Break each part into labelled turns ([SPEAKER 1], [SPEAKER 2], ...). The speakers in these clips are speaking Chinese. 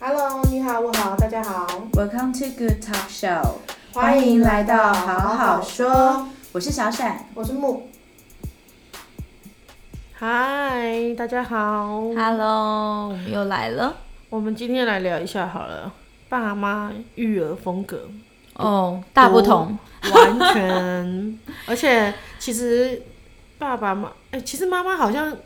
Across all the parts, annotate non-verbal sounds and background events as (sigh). [SPEAKER 1] Hello，你好，我好，大家好，
[SPEAKER 2] Welcome to Good Talk Show，
[SPEAKER 1] 欢迎来到好好说，
[SPEAKER 2] 我是小闪。
[SPEAKER 1] 我是木。嗨，大家好
[SPEAKER 3] Hello，我们又来了。
[SPEAKER 1] 我们今天来聊一下好了，爸妈育儿风格
[SPEAKER 3] 哦，大不同，
[SPEAKER 1] 完全，而且其实爸爸妈，哎、其实妈妈好像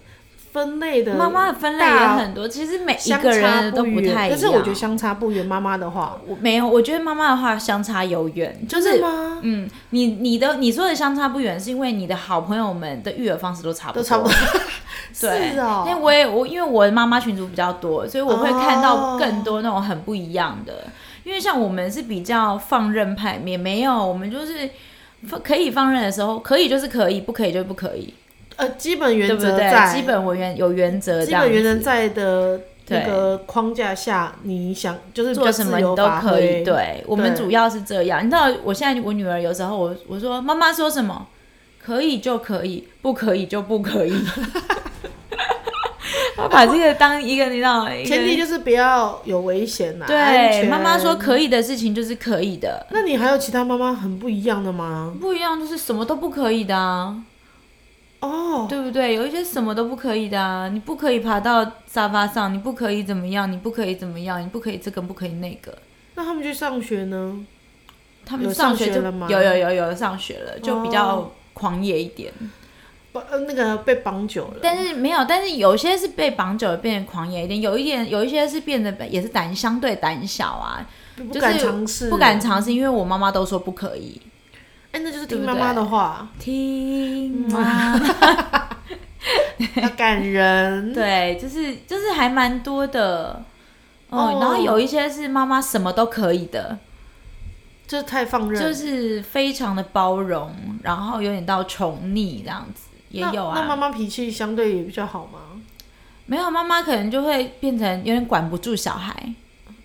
[SPEAKER 1] 分类的
[SPEAKER 3] 妈妈的分类也很多，其实每一
[SPEAKER 1] 相
[SPEAKER 3] 个人
[SPEAKER 1] 差
[SPEAKER 3] 的都
[SPEAKER 1] 不
[SPEAKER 3] 不
[SPEAKER 1] 远
[SPEAKER 3] 太一
[SPEAKER 1] 但
[SPEAKER 3] 样。
[SPEAKER 1] 是我觉得相差不远，妈妈的话，
[SPEAKER 3] 我没有，我觉得妈妈的话相差有远，就
[SPEAKER 1] 真
[SPEAKER 3] 是
[SPEAKER 1] 的吗？
[SPEAKER 3] 嗯，你你的你说的相差不远，是因为你的好朋友们的育儿方式都差不
[SPEAKER 1] 都
[SPEAKER 3] 多，
[SPEAKER 1] 差不多。 (laughs)
[SPEAKER 3] 对，
[SPEAKER 1] 是哦
[SPEAKER 3] 因为我也我因为我的妈妈群组比较多，所以我会看
[SPEAKER 1] 哦
[SPEAKER 3] 到更多那种很不一样的。因为像我们是比较放任派，也没有，我们就是可以放任的时候，可以就是可以，不可以就不可以，
[SPEAKER 1] 呃，基本
[SPEAKER 3] 对
[SPEAKER 1] 原
[SPEAKER 3] 不
[SPEAKER 1] 则
[SPEAKER 3] 对？
[SPEAKER 1] 在，
[SPEAKER 3] 基本我原有原则，
[SPEAKER 1] 基本原则。在的
[SPEAKER 3] 对
[SPEAKER 1] 那个框架下，你想就是比较
[SPEAKER 3] 做什么
[SPEAKER 1] 自
[SPEAKER 3] 你
[SPEAKER 1] 由
[SPEAKER 3] 都
[SPEAKER 1] 发
[SPEAKER 3] 可以，
[SPEAKER 1] 挥，
[SPEAKER 3] 对我们
[SPEAKER 1] 对
[SPEAKER 3] 主要是这样。你知道，我现在我女儿有时候我我说妈妈说什么，可以就可以，不可以就不可以。 (laughs) 她把这个当一个你知道，一个
[SPEAKER 1] 前提就是不要有危险呐、啊安
[SPEAKER 3] 对，
[SPEAKER 1] 全
[SPEAKER 3] 妈妈说。嗯可以的事情就是可以的，
[SPEAKER 1] 那你还有其他妈妈很不一样的吗？
[SPEAKER 3] 不一样就是什么都不可以的啊，
[SPEAKER 1] 哦，
[SPEAKER 3] 对不对？有一些什么都不可以的啊，你不可以爬到沙发上，你不可以怎么样，你不可以怎么样，你不可以这个，不可以那个。
[SPEAKER 1] 那他们去上学呢？
[SPEAKER 3] 他
[SPEAKER 1] 有
[SPEAKER 3] 们
[SPEAKER 1] 上
[SPEAKER 3] 学
[SPEAKER 1] 学
[SPEAKER 3] 就
[SPEAKER 1] 了吗
[SPEAKER 3] 有有有有上学了，就比较
[SPEAKER 1] 哦
[SPEAKER 3] 狂野一点。
[SPEAKER 1] 把呃那个被绑久了，
[SPEAKER 3] 但是没有，但是有些是被绑久了变得狂野一点，有一点有一些是变得也是胆相对胆小啊，
[SPEAKER 1] 不
[SPEAKER 3] 就是
[SPEAKER 1] 敢尝试，
[SPEAKER 3] 不敢。尝试，因为我妈妈都说不可以。
[SPEAKER 1] 哎，那就是
[SPEAKER 3] 对
[SPEAKER 1] 听
[SPEAKER 3] 不
[SPEAKER 1] 妈
[SPEAKER 3] 对
[SPEAKER 1] 妈的
[SPEAKER 3] (laughs)
[SPEAKER 1] 话，
[SPEAKER 3] 听妈。
[SPEAKER 1] 要感人。
[SPEAKER 3] 对，就是就是还蛮多的，嗯，
[SPEAKER 1] 哦
[SPEAKER 3] 然后有一些是妈妈什么都可以的，
[SPEAKER 1] 这太放任了。
[SPEAKER 3] 就是非常的包容，然后有点到宠溺这样子，也
[SPEAKER 1] 那
[SPEAKER 3] 有
[SPEAKER 1] 那妈
[SPEAKER 3] 啊。
[SPEAKER 1] 妈脾气相对也比较好吗？
[SPEAKER 3] 没有妈妈可能就会变成有点管不住小孩，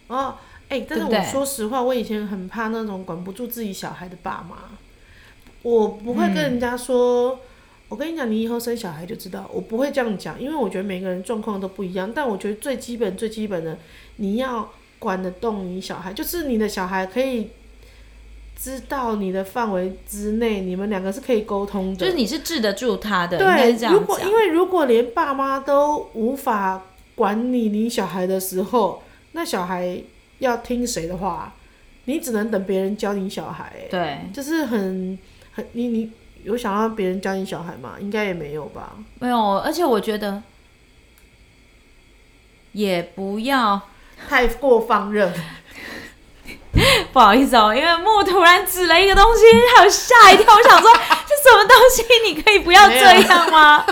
[SPEAKER 1] 哦，哎、但是
[SPEAKER 3] 对不
[SPEAKER 1] 我
[SPEAKER 3] 对
[SPEAKER 1] 说实话，我以前很怕那种管不住自己小孩的爸妈，我不
[SPEAKER 3] 嗯
[SPEAKER 1] 会跟人家说。我跟你讲，你以后生小孩就知道，我不会这样讲，因为我觉得每个人状况都不一样。但我觉得最基本、最基本的，你要管得动你小孩，就是你的小孩可以知道你的范围之内，你们两个是可以沟通的。
[SPEAKER 3] 就是你是治得住他的，应该
[SPEAKER 1] 对
[SPEAKER 3] 是这，样
[SPEAKER 1] 如果
[SPEAKER 3] 讲
[SPEAKER 1] 因。为如果连爸妈都无法管你你小孩的时候，那小孩要听谁的话？你只能等别人教你小孩、欸，
[SPEAKER 3] 对，
[SPEAKER 1] 就是很很你你有想要别人教你小孩吗？应该也没有吧。
[SPEAKER 3] 没有，而且我觉得也不要
[SPEAKER 1] 太过放任，
[SPEAKER 3] 不好意思哦，因为木突然指了一个东西，还有吓一跳。我想说，这什么东西？你可以不要这样吗？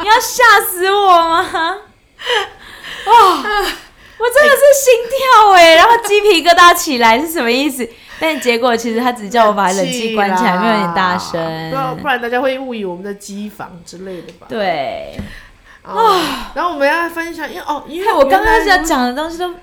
[SPEAKER 3] 你要吓死我吗？哇、我真的是心跳哎，然后鸡皮疙瘩起来是什么意思？但结果其实他只叫我把冷气关起来，没有点大
[SPEAKER 1] 不然
[SPEAKER 3] 声
[SPEAKER 1] 不。然大家会误以为我们在机房之类的吧？
[SPEAKER 3] 对，
[SPEAKER 1] 啊、然后我们要分享，因为哦，因为
[SPEAKER 3] 看哎我刚刚
[SPEAKER 1] 原来
[SPEAKER 3] 要讲的东西都，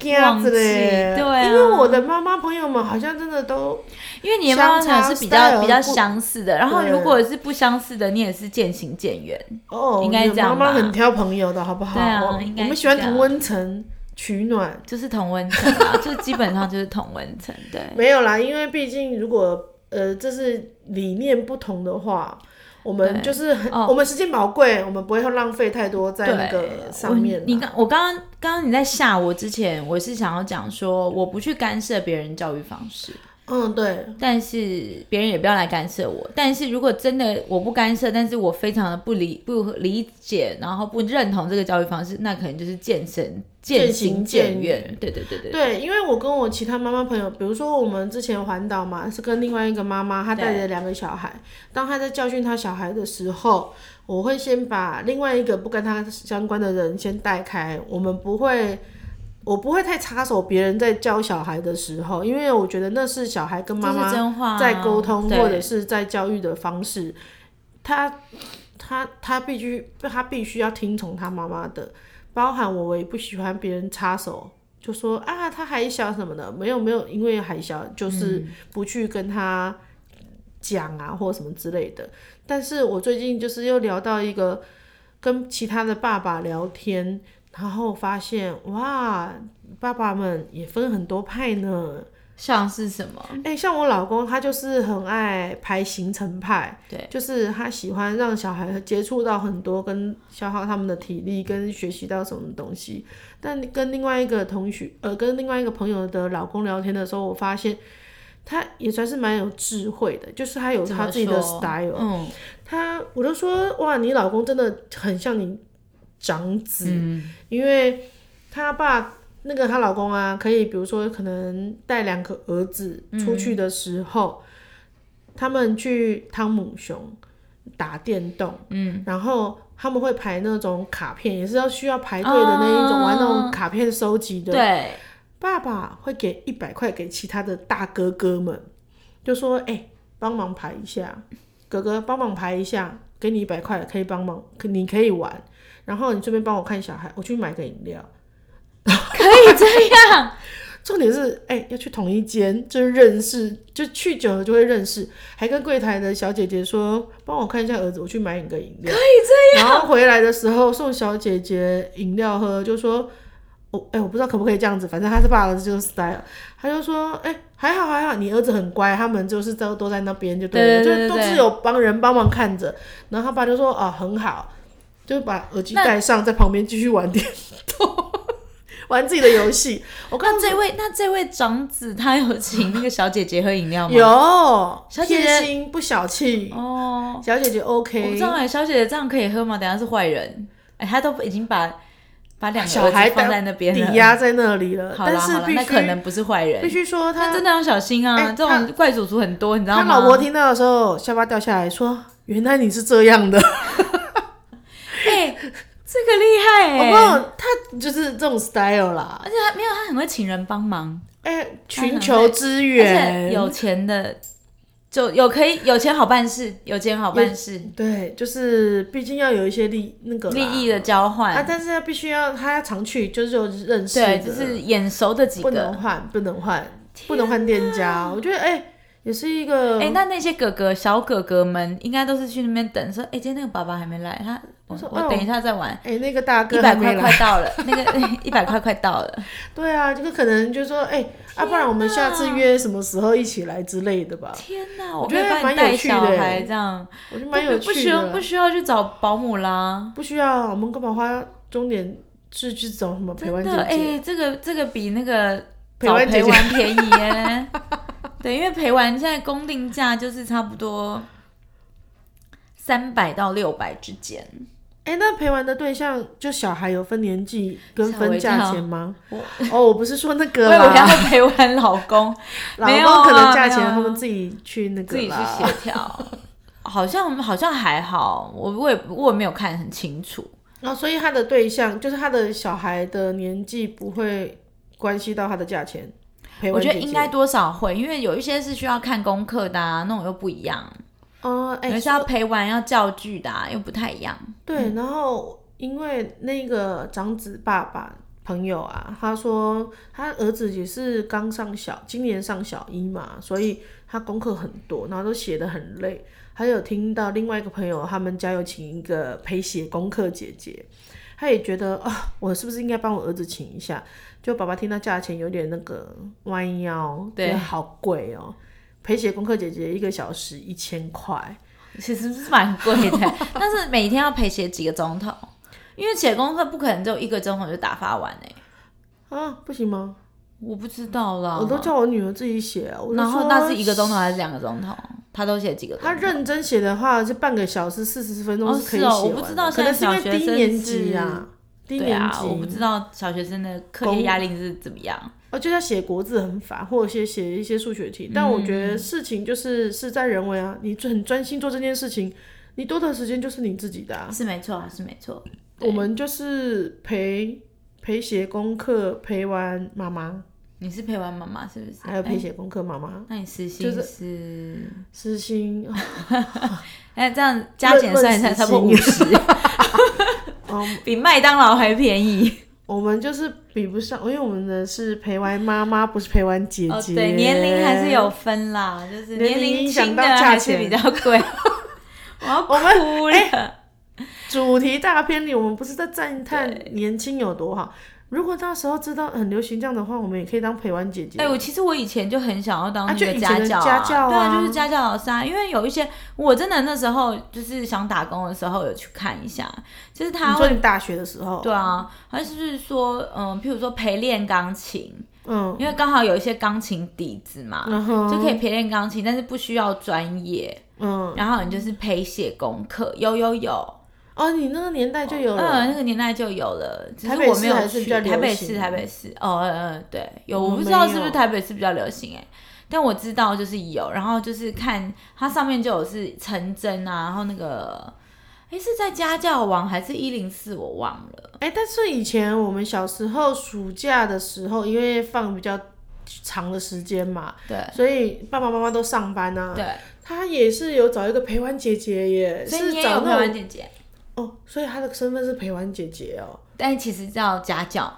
[SPEAKER 1] 这样子嘞，
[SPEAKER 3] 忘记对啊
[SPEAKER 1] 因为我的妈妈朋友们好像真的都
[SPEAKER 3] 因为你的妈妈
[SPEAKER 1] 相差
[SPEAKER 3] 是比
[SPEAKER 1] style
[SPEAKER 3] 较比较
[SPEAKER 1] 不
[SPEAKER 3] 相似的，然后
[SPEAKER 1] 对
[SPEAKER 3] 如果是不相似的，你也是渐行渐远。
[SPEAKER 1] 哦，
[SPEAKER 3] 应该
[SPEAKER 1] 你的
[SPEAKER 3] 这样
[SPEAKER 1] 妈妈
[SPEAKER 3] 吧
[SPEAKER 1] 很挑朋友的好不好？
[SPEAKER 3] 对啊
[SPEAKER 1] 我
[SPEAKER 3] 应该
[SPEAKER 1] 我们
[SPEAKER 3] 是
[SPEAKER 1] 喜欢
[SPEAKER 3] 这样
[SPEAKER 1] 同温层取暖，
[SPEAKER 3] 就是同温层啊， (laughs) 就基本上就是同温层，对。
[SPEAKER 1] 没有啦，因为毕竟如果呃这是理念不同的话，我们
[SPEAKER 3] 对
[SPEAKER 1] 就是很、
[SPEAKER 3] 哦
[SPEAKER 1] 我们时间宝贵，我们不会浪费太多在那
[SPEAKER 3] 对
[SPEAKER 1] 个，上面啦啊
[SPEAKER 3] 我。你刚我刚刚刚刚你在吓我之前，我是想要讲说，我不去干涉别人教育方式，
[SPEAKER 1] 嗯对，
[SPEAKER 3] 但是别人也不要来干涉我。但是如果真的我不干涉，但是我非常的不理不理解，然后不认同这个教育方式，那可能就是渐行
[SPEAKER 1] 渐
[SPEAKER 3] 渐
[SPEAKER 1] 行
[SPEAKER 3] 行
[SPEAKER 1] 渐
[SPEAKER 3] 渐
[SPEAKER 1] 远
[SPEAKER 3] 远。对对对对，
[SPEAKER 1] 对，因为我跟我其他妈妈朋友，比如说我们之前环岛嘛，是跟另外一个妈妈，她带着两个小孩。当她在教训她小孩的时候，我会先把另外一个不跟她相关的人先带开，我们不会。我不会太插手别人在教小孩的时候，因为我觉得那是小孩跟妈
[SPEAKER 3] 这是
[SPEAKER 1] 妈
[SPEAKER 3] 真话啊
[SPEAKER 1] 在沟通
[SPEAKER 3] 对
[SPEAKER 1] 或者是在教育的方式，他他他必须他必须要听从他妈妈的，包含我我也不喜欢别人插手，就说啊他还小什么的，没有没有，因为还小就是
[SPEAKER 3] 嗯
[SPEAKER 1] 不去跟他讲啊或什么之类的。但是我最近就是又聊到一个跟其他的爸爸聊天，然后发现哇，爸爸们也分很多派呢。
[SPEAKER 3] 像是什么？
[SPEAKER 1] 哎、像我老公他就是很爱排行程派，
[SPEAKER 3] 对，
[SPEAKER 1] 就是他喜欢让小孩接触到很多跟消耗他们的体力，跟学习到什么东西。但跟另外一个同学，呃，跟另外一个朋友的老公聊天的时候，我发现他也算是蛮有智慧的，就是他有
[SPEAKER 3] 怎么
[SPEAKER 1] 他自己的
[SPEAKER 3] 说
[SPEAKER 1] style。
[SPEAKER 3] 嗯，
[SPEAKER 1] 他我就说哇，你老公真的很像你长子，因为他爸那个她老公啊，可以比如说可能带两个儿子出去的时候，他们去汤姆熊打电动，嗯，然后。他们会排那种卡片，也是要需要排队的那一种，
[SPEAKER 3] 啊
[SPEAKER 1] 玩那种卡片收集的。
[SPEAKER 3] 对， (laughs)
[SPEAKER 1] 爸爸会给一百块给其他的大哥哥们，就说：“哎、帮忙排一下，哥哥帮忙排一下，给你一百块，可以帮忙，可你可以玩。然后你顺便帮我看小孩，我去买个饮料。
[SPEAKER 3] 可以这样，
[SPEAKER 1] 重点是，哎、要去同一间，就是认识，就去久了就会认识，还跟柜台的小姐姐说，帮我看一下儿子，我去买个饮料。可以这样。然后回来的时候送小姐姐饮料喝，就说，我、哎、我不知道可不可以这样子，反正他是爸儿子就是 style，他就说，哎、还好还好，你儿子很乖，他们就是都都在那边就了，
[SPEAKER 3] 对对对
[SPEAKER 1] 就
[SPEAKER 3] 对
[SPEAKER 1] 都是有帮人帮忙看着。然后他爸就说，哦，很好，就把耳机
[SPEAKER 3] 那
[SPEAKER 1] 戴上，在旁边继续玩电动。 (laughs) 玩自己的游戏，我看
[SPEAKER 3] 那这位那这位长子他有请那个小姐姐喝饮料吗？
[SPEAKER 1] 有
[SPEAKER 3] 哦小姐姐
[SPEAKER 1] 贴心不小气，
[SPEAKER 3] 哦，
[SPEAKER 1] 小姐姐
[SPEAKER 3] 我不
[SPEAKER 1] OK，
[SPEAKER 3] 知道哎，小姐姐这样可以喝吗？等下是坏人，哎，他都已经把把两个
[SPEAKER 1] 小
[SPEAKER 3] 儿
[SPEAKER 1] 孩
[SPEAKER 3] 子放在那边了，
[SPEAKER 1] 抵押在那里了，
[SPEAKER 3] 好啦
[SPEAKER 1] 但
[SPEAKER 3] 好
[SPEAKER 1] 是
[SPEAKER 3] 啦，
[SPEAKER 1] 必
[SPEAKER 3] 那可能
[SPEAKER 1] 须
[SPEAKER 3] 不是坏
[SPEAKER 1] 必
[SPEAKER 3] 人，
[SPEAKER 1] 须说
[SPEAKER 3] 但
[SPEAKER 1] 他
[SPEAKER 3] 真的要小心啊！
[SPEAKER 1] 哎
[SPEAKER 3] 这
[SPEAKER 1] 他
[SPEAKER 3] 种怪主族很多，你知道
[SPEAKER 1] 他
[SPEAKER 3] 吗？
[SPEAKER 1] 老婆听到的时候下巴掉下来说：“原来你是这样的。”
[SPEAKER 3] 哎、这个
[SPEAKER 1] 我
[SPEAKER 3] 厉害 (laughs) 哎、
[SPEAKER 1] 不知道哦他就是这种 style 啦，
[SPEAKER 3] 而且他没有，他很会请人帮忙，
[SPEAKER 1] 哎，寻求资
[SPEAKER 3] 哎而且
[SPEAKER 1] 源，
[SPEAKER 3] 有钱的就有可以有钱好办事，有钱好办事，
[SPEAKER 1] 对，就是毕竟要有一些利那个啦
[SPEAKER 3] 利益的交换。
[SPEAKER 1] 啊，但是要必须要他要常去，就是有认识的，
[SPEAKER 3] 对，就是眼熟的几
[SPEAKER 1] 不能
[SPEAKER 3] 个。
[SPEAKER 1] 换，不能换，不能换店家。我觉得哎，也是一个
[SPEAKER 3] 哎、那那些哥哥小哥哥们应该都是去那边等，说，哎、今天那个爸爸还没来，他我
[SPEAKER 1] 说
[SPEAKER 3] 我
[SPEAKER 1] 哦
[SPEAKER 3] 等一下再玩，
[SPEAKER 1] 哎、那个大
[SPEAKER 3] 一
[SPEAKER 1] 哥还
[SPEAKER 3] 百
[SPEAKER 1] 没
[SPEAKER 3] 块
[SPEAKER 1] 来。
[SPEAKER 3] 快到了，那个一百块快
[SPEAKER 1] (laughs)
[SPEAKER 3] 到了，
[SPEAKER 1] 对啊，这个可能就说，哎、啊，不然我们下次约什么时候一起来之类的吧。
[SPEAKER 3] 天哪，我
[SPEAKER 1] 觉得
[SPEAKER 3] 可以
[SPEAKER 1] 蛮
[SPEAKER 3] 帮你
[SPEAKER 1] 有
[SPEAKER 3] 带
[SPEAKER 1] 趣的
[SPEAKER 3] 小
[SPEAKER 1] 哎
[SPEAKER 3] 孩这样，
[SPEAKER 1] 我觉得蛮有
[SPEAKER 3] 不不
[SPEAKER 1] 趣
[SPEAKER 3] 需要
[SPEAKER 1] 的。
[SPEAKER 3] 不需要去找保姆啦。
[SPEAKER 1] 不需要，我们干嘛花重点是去找什么陪玩
[SPEAKER 3] 真
[SPEAKER 1] 姐
[SPEAKER 3] 的，哎、
[SPEAKER 1] 姐？
[SPEAKER 3] 这个这个比那个
[SPEAKER 1] 陪
[SPEAKER 3] 找
[SPEAKER 1] 玩姐
[SPEAKER 3] 陪
[SPEAKER 1] 姐
[SPEAKER 3] 玩便宜耶、
[SPEAKER 1] (laughs)
[SPEAKER 3] 对，因为陪玩现在公定价就是差不多三百到六百之间。
[SPEAKER 1] 哎、那陪玩的对象就小孩有分年纪跟
[SPEAKER 3] 吓我
[SPEAKER 1] 分
[SPEAKER 3] 一跳
[SPEAKER 1] 价钱吗？
[SPEAKER 3] 我
[SPEAKER 1] 哦，我不是说那
[SPEAKER 3] (laughs) 我以
[SPEAKER 1] 个
[SPEAKER 3] 为要
[SPEAKER 1] 啦，
[SPEAKER 3] 陪玩老公，
[SPEAKER 1] 老
[SPEAKER 3] 没有啊
[SPEAKER 1] 公可能价钱
[SPEAKER 3] 没有啊
[SPEAKER 1] 他们自己去那
[SPEAKER 3] 自
[SPEAKER 1] 个
[SPEAKER 3] 己去
[SPEAKER 1] 啦。
[SPEAKER 3] 协调。 (laughs) 好像好像还好，我我也我也没有看很清楚。
[SPEAKER 1] 然后、哦所以他的对象就是他的小孩的年纪不会关系到他的价钱。陪
[SPEAKER 3] 我
[SPEAKER 1] 玩
[SPEAKER 3] 觉
[SPEAKER 1] 姐
[SPEAKER 3] 得
[SPEAKER 1] 姐
[SPEAKER 3] 应该多少会，因为有一些是需要看功课的、啊，那种又不一样。
[SPEAKER 1] 哦，哎、
[SPEAKER 3] 有一些要陪玩要教具的、啊，又不太一
[SPEAKER 1] (laughs)
[SPEAKER 3] 样。
[SPEAKER 1] 对，然后因为那个长子爸爸朋友啊，他说他儿子也是刚上小，今年上小一嘛，所以他功课很多，然后都写得很累。还有听到另外一个朋友，他们家有请一个陪写功课姐姐，他也觉得啊、我是不是应该帮我儿子请一下？就爸爸听到价钱有点那个弯腰，
[SPEAKER 3] 对
[SPEAKER 1] 觉得好贵哦。陪写功课姐姐一个小时一千块，
[SPEAKER 3] 其实是蛮贵的， (laughs) 但是每天要陪写几个钟头，因为写功课不可能只有一个钟头就打发完哎、
[SPEAKER 1] 啊，不行吗？
[SPEAKER 3] 我不知道啦。
[SPEAKER 1] 我都叫我女儿自己写，啊我就
[SPEAKER 3] 啊然
[SPEAKER 1] 说
[SPEAKER 3] 后那是一个钟头还是两个钟头？他都写几个钟头？
[SPEAKER 1] 她认真写的话，是半个小时四十分钟
[SPEAKER 3] 哦
[SPEAKER 1] 可以
[SPEAKER 3] 是
[SPEAKER 1] 写
[SPEAKER 3] 哦
[SPEAKER 1] 完的、
[SPEAKER 3] 我不知道
[SPEAKER 1] 可能
[SPEAKER 3] 现在
[SPEAKER 1] 是因为
[SPEAKER 3] 小学
[SPEAKER 1] 低
[SPEAKER 3] 生
[SPEAKER 1] 年级
[SPEAKER 3] 是
[SPEAKER 1] 啊，低
[SPEAKER 3] 对
[SPEAKER 1] 年
[SPEAKER 3] 啊，
[SPEAKER 1] 级
[SPEAKER 3] 我不知道小学生的课业压力是怎么样。
[SPEAKER 1] 哦，就像写国字很烦，或者写写一些数学题。但我觉
[SPEAKER 3] 嗯
[SPEAKER 1] 得事情就是事在人为啊，你很专心做这件事情，你多的时间就是你自己的、啊。
[SPEAKER 3] 是没错，是没错。对
[SPEAKER 1] 我们就是陪陪写功课，陪玩妈妈，
[SPEAKER 3] 你是陪玩妈妈是不是？
[SPEAKER 1] 还有陪
[SPEAKER 3] 哎
[SPEAKER 1] 写功课妈妈。
[SPEAKER 3] 那你私
[SPEAKER 1] 就
[SPEAKER 3] 心是？
[SPEAKER 1] 私心，
[SPEAKER 3] 哎，这样加减算
[SPEAKER 1] 论论
[SPEAKER 3] 一下，
[SPEAKER 1] 时薪
[SPEAKER 3] 差不多五十， (laughs)
[SPEAKER 1] 哦
[SPEAKER 3] 比麦当劳还便宜。
[SPEAKER 1] 我们就是比不上，因为我们的是陪玩妈妈，不是陪玩姐姐。
[SPEAKER 3] 哦，对，年龄还是有分啦，就是
[SPEAKER 1] 年龄
[SPEAKER 3] 年龄
[SPEAKER 1] 影响
[SPEAKER 3] 轻
[SPEAKER 1] (laughs)
[SPEAKER 3] 的
[SPEAKER 1] 到价
[SPEAKER 3] 还是
[SPEAKER 1] 钱
[SPEAKER 3] 比较贵。我要
[SPEAKER 1] 我们哎
[SPEAKER 3] 哭了。
[SPEAKER 1] 主题大偏离，我们不是在赞叹年轻有多好。如果到时候知道很流行这样的话，我们也可以当陪玩姐姐。
[SPEAKER 3] 哎、我其实我以前就很想要当
[SPEAKER 1] 啊
[SPEAKER 3] 那
[SPEAKER 1] 就
[SPEAKER 3] 个
[SPEAKER 1] 以
[SPEAKER 3] 家
[SPEAKER 1] 前的
[SPEAKER 3] 教、
[SPEAKER 1] 家教
[SPEAKER 3] 对
[SPEAKER 1] 啊
[SPEAKER 3] 啊，就是家教老师啊。因为有一些我真的那时候就是想打工的时候有去看一下，就是他
[SPEAKER 1] 你说
[SPEAKER 3] 会
[SPEAKER 1] 你大学的时候，
[SPEAKER 3] 对，啊，他就是说嗯，譬如说陪练钢琴，
[SPEAKER 1] 嗯，
[SPEAKER 3] 因为刚好有一些钢琴底子嘛，
[SPEAKER 1] 然后
[SPEAKER 3] 就可以陪练钢琴，但是不需要专业，
[SPEAKER 1] 嗯，
[SPEAKER 3] 然后你就是陪写功课，有有有，
[SPEAKER 1] 哦，你那个年代就有
[SPEAKER 3] 嗯，
[SPEAKER 1] 了，
[SPEAKER 3] 那个年代就有了，只
[SPEAKER 1] 台
[SPEAKER 3] 是
[SPEAKER 1] 北
[SPEAKER 3] 我没
[SPEAKER 1] 市还
[SPEAKER 3] 有
[SPEAKER 1] 是比
[SPEAKER 3] 去。
[SPEAKER 1] 较流
[SPEAKER 3] 台北
[SPEAKER 1] 行
[SPEAKER 3] 市，台北市，哦，嗯嗯，对，有，
[SPEAKER 1] 我
[SPEAKER 3] 我
[SPEAKER 1] 们
[SPEAKER 3] 不知道
[SPEAKER 1] 没
[SPEAKER 3] 是不是
[SPEAKER 1] 有
[SPEAKER 3] 台北市比较流行哎、但我知道就是有，然后就是看它上面就有是陈真啊，然后那个，哎是在家教网还是一零四我忘了，
[SPEAKER 1] 哎、但是以前我们小时候暑假的时候，因为放比较长的时间嘛，
[SPEAKER 3] 对
[SPEAKER 1] 所以爸爸妈妈都上班啊。
[SPEAKER 3] 对，
[SPEAKER 1] 他也是有找一个陪玩姐姐耶，
[SPEAKER 3] 所以你
[SPEAKER 1] 是
[SPEAKER 3] 也有
[SPEAKER 1] 找
[SPEAKER 3] 陪
[SPEAKER 1] 那
[SPEAKER 3] 玩
[SPEAKER 1] 种
[SPEAKER 3] 姐姐，
[SPEAKER 1] 哦，所以他的身份是陪玩姐姐哦，
[SPEAKER 3] 但其实叫家教，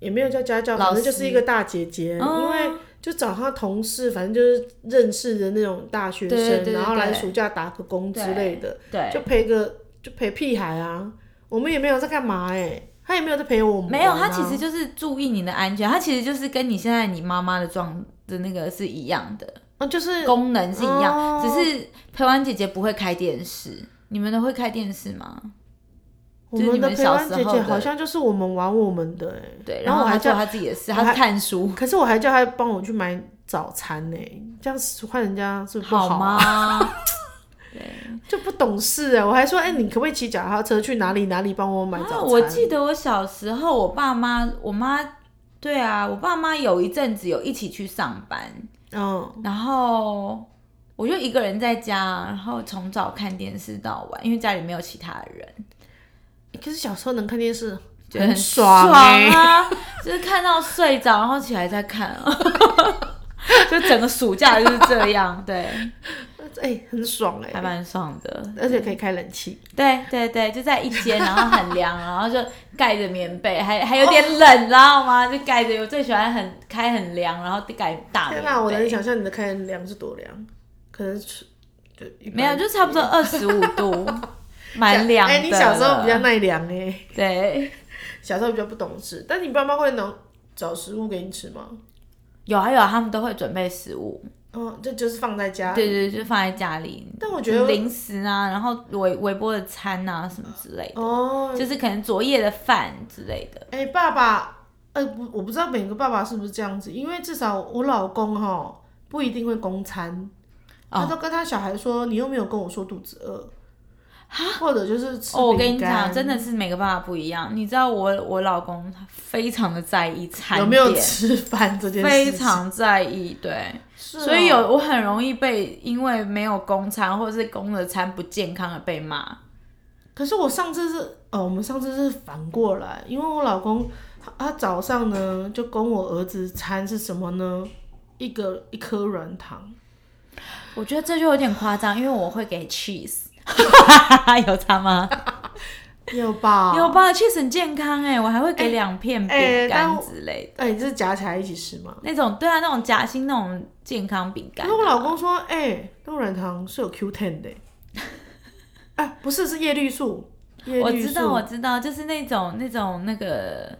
[SPEAKER 1] 也没有叫家教，
[SPEAKER 3] 老
[SPEAKER 1] 反
[SPEAKER 3] 师
[SPEAKER 1] 正就是一个大姐姐，嗯因
[SPEAKER 3] 哦
[SPEAKER 1] 为就找他同事，反正就是认识的那种大学生，
[SPEAKER 3] 对对对
[SPEAKER 1] 然后来
[SPEAKER 3] 对
[SPEAKER 1] 暑假打个工之类的，
[SPEAKER 3] 对，
[SPEAKER 1] 就陪个就陪屁孩啊，我们也没有在干嘛哎，他也没有在陪我们、啊
[SPEAKER 3] 没有，他其实。就是注意你的安全，他其实就是跟你现在你妈妈的状的那个是一样的，
[SPEAKER 1] 哦，就是
[SPEAKER 3] 功能是一样，
[SPEAKER 1] 哦
[SPEAKER 3] 只是陪玩姐姐不会开电视，你们的会开电视吗？
[SPEAKER 1] 我
[SPEAKER 3] 就是
[SPEAKER 1] 们
[SPEAKER 3] 你
[SPEAKER 1] 的
[SPEAKER 3] 们
[SPEAKER 1] 陪
[SPEAKER 3] 小
[SPEAKER 1] 玩
[SPEAKER 3] 时
[SPEAKER 1] 姐
[SPEAKER 3] 候
[SPEAKER 1] 姐
[SPEAKER 3] 的
[SPEAKER 1] 好像就是我们玩我们的、欸，
[SPEAKER 3] 对，
[SPEAKER 1] 然
[SPEAKER 3] 然后
[SPEAKER 1] 我还
[SPEAKER 3] 她做
[SPEAKER 1] 叫，
[SPEAKER 3] 她自己的事，
[SPEAKER 1] 我
[SPEAKER 3] 她
[SPEAKER 1] 还
[SPEAKER 3] 是看书，
[SPEAKER 1] 可是我还叫她帮我去买早餐呢、这样换人家是不是不好啊？
[SPEAKER 3] 吗？
[SPEAKER 1] 就不懂事啊！我还说，哎、你可不可以骑脚踏车去哪里哪里帮 (laughs) 我买早餐？
[SPEAKER 3] (laughs) 啊，我记得我小时候，我爸妈，我妈，对啊，我爸妈有一阵子有一起去上班，
[SPEAKER 1] 嗯，
[SPEAKER 3] 然后我就一个人在家，然后从早看电视到晚，因为家里没有其他人。
[SPEAKER 1] 可是小时候能看电视，
[SPEAKER 3] 觉得很
[SPEAKER 1] 爽欸
[SPEAKER 3] 啊！ (laughs) 就是看到睡着，然后起来再看 (laughs) 啊，就整个暑假就是这样，对，
[SPEAKER 1] 哎、很爽哎、
[SPEAKER 3] 还蛮爽的。
[SPEAKER 1] 而且可以开冷气，
[SPEAKER 3] 对对对，就在一间，然后很凉，然后就盖着棉被，还还有点冷，知道吗？就盖着，我最喜欢很开很凉，然后盖大棉
[SPEAKER 1] (laughs) 天
[SPEAKER 3] 被。
[SPEAKER 1] 哪、我能想象你的开凉是多凉，可能是就一般
[SPEAKER 3] 没有，就差不多二十五度，
[SPEAKER 1] (laughs)
[SPEAKER 3] 蛮凉的
[SPEAKER 1] 哎、
[SPEAKER 3] 了。
[SPEAKER 1] 你小时候比较耐凉哎、
[SPEAKER 3] 对，
[SPEAKER 1] 小时候比较不懂事，但你爸妈会能找食物给你吃吗？
[SPEAKER 3] 有啊有啊，他们都会准备食物。
[SPEAKER 1] 哦，这就是放在家。
[SPEAKER 3] 对对，对就放在家里。
[SPEAKER 1] 但我觉得
[SPEAKER 3] 零食啊，然后微微波的餐啊什么之类的，
[SPEAKER 1] 哦，
[SPEAKER 3] 就是可能昨夜的饭之类的。
[SPEAKER 1] 哎、爸爸，呃，不，我不知道每个爸爸是不是这样子，因为至少我老公哈不一定会供餐，
[SPEAKER 3] 哦
[SPEAKER 1] 他都跟他小孩说，你又没有跟我说肚子饿，或者就是吃
[SPEAKER 3] 哦，我跟
[SPEAKER 1] 饼
[SPEAKER 3] 你讲，
[SPEAKER 1] 干
[SPEAKER 3] 真的是每个爸爸不一样。你知道我我老公他非常的在意餐
[SPEAKER 1] 有没有
[SPEAKER 3] 点
[SPEAKER 1] 吃饭这件事
[SPEAKER 3] 非
[SPEAKER 1] 情
[SPEAKER 3] 常在意，对，
[SPEAKER 1] 是哦
[SPEAKER 3] 所以有我很容易被因为没有供餐或者是供的餐不健康而被骂。
[SPEAKER 1] 可是我上次是，哦，我们上次是反过来，因为我老公他他早上呢就供我儿子餐是什么呢？一个一颗软糖，
[SPEAKER 3] 我觉得这就有点夸张，因为我会给
[SPEAKER 1] (laughs)
[SPEAKER 3] cheese，有差吗？
[SPEAKER 1] 有吧？
[SPEAKER 3] 有吧？cheese 很健康哎、我还会给两片
[SPEAKER 1] 哦哎
[SPEAKER 3] 饼
[SPEAKER 1] 但
[SPEAKER 3] 干
[SPEAKER 1] 我
[SPEAKER 3] 之类的。
[SPEAKER 1] 哎、你这是夹起来一起吃吗？
[SPEAKER 3] 那种对啊，那种夹心那种健康饼干
[SPEAKER 1] 可是，我老公说，哎、那个软糖是有 Q10 的、哎、不是，是叶绿素。叶
[SPEAKER 3] 我
[SPEAKER 1] 绿素
[SPEAKER 3] 知道我知道，就是那种那种那个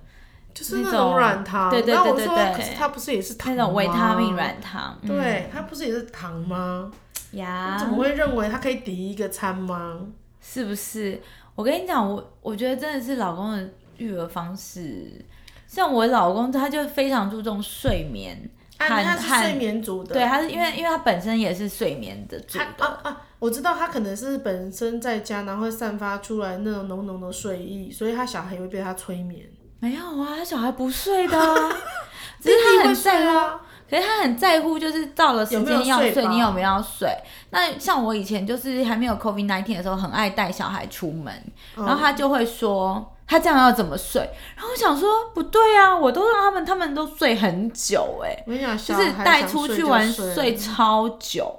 [SPEAKER 1] 就是那
[SPEAKER 3] 那
[SPEAKER 1] 种
[SPEAKER 3] 种
[SPEAKER 1] 软糖。
[SPEAKER 3] 对对
[SPEAKER 1] 然后
[SPEAKER 3] 对
[SPEAKER 1] 我
[SPEAKER 3] 对
[SPEAKER 1] 说，
[SPEAKER 3] 对
[SPEAKER 1] 可是它不是也是糖
[SPEAKER 3] 那
[SPEAKER 1] 吗
[SPEAKER 3] 种维他命。软糖，嗯啊
[SPEAKER 1] 对，它不是也是糖吗？
[SPEAKER 3] 呀，
[SPEAKER 1] 怎么会认为它可以抵一个餐吗？
[SPEAKER 3] 是不是？我跟你讲，我我觉得真的是老公的育儿方式，像我老公他就非常注重睡眠，
[SPEAKER 1] 啊，
[SPEAKER 3] 和
[SPEAKER 1] 它是
[SPEAKER 3] 和
[SPEAKER 1] 睡眠族的。
[SPEAKER 3] 对，啊他是因为因为他本身也是睡眠的主
[SPEAKER 1] 它
[SPEAKER 3] 的，
[SPEAKER 1] 啊啊，我知道它可能是本身在家，然后会散发出来那种浓浓的睡意，所以他小孩也会被他催眠。
[SPEAKER 3] 没有啊，他小孩不睡的、啊，
[SPEAKER 1] (laughs)
[SPEAKER 3] 只是他很在
[SPEAKER 1] 睡
[SPEAKER 3] 乎
[SPEAKER 1] 啊，
[SPEAKER 3] 可是他很在乎，就是到了时间要
[SPEAKER 1] 有没有睡
[SPEAKER 3] 睡，
[SPEAKER 1] 饱
[SPEAKER 3] 你有没有要睡？那像我以前就是还没有 COVID nineteen 的时候，很爱带小孩出门，
[SPEAKER 1] 嗯
[SPEAKER 3] 然后他就会说他这样要怎么睡？然后我想说不对啊，我都让他们，他们都睡很久哎、
[SPEAKER 1] 我跟你讲，
[SPEAKER 3] 就
[SPEAKER 1] 小
[SPEAKER 3] 是
[SPEAKER 1] 孩
[SPEAKER 3] 带
[SPEAKER 1] 想
[SPEAKER 3] 出
[SPEAKER 1] 睡
[SPEAKER 3] 去
[SPEAKER 1] 就
[SPEAKER 3] 玩
[SPEAKER 1] 睡
[SPEAKER 3] 睡超久。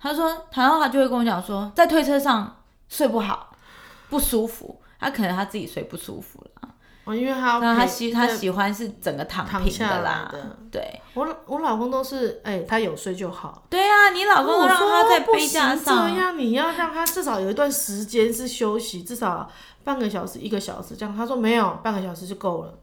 [SPEAKER 3] 他说，然后他就会跟我讲说，在推车上睡不好，不舒服。他可能他自己睡不舒服了，
[SPEAKER 1] 哦，因为他要
[SPEAKER 3] 那他
[SPEAKER 1] 陪
[SPEAKER 3] 喜他
[SPEAKER 1] 对
[SPEAKER 3] 喜欢是整个躺
[SPEAKER 1] 躺
[SPEAKER 3] 平
[SPEAKER 1] 下来
[SPEAKER 3] 啦
[SPEAKER 1] 的，
[SPEAKER 3] 对
[SPEAKER 1] 我老我老公都是，哎、他有睡就好。
[SPEAKER 3] 对啊，你老公
[SPEAKER 1] 我
[SPEAKER 3] 让
[SPEAKER 1] 说
[SPEAKER 3] 他在
[SPEAKER 1] 不
[SPEAKER 3] 杯架
[SPEAKER 1] 行
[SPEAKER 3] 上，
[SPEAKER 1] 这样你要让他至少有一段时间是休息，至少半个小时、一个小时这样。他说没有，半个小时就够了，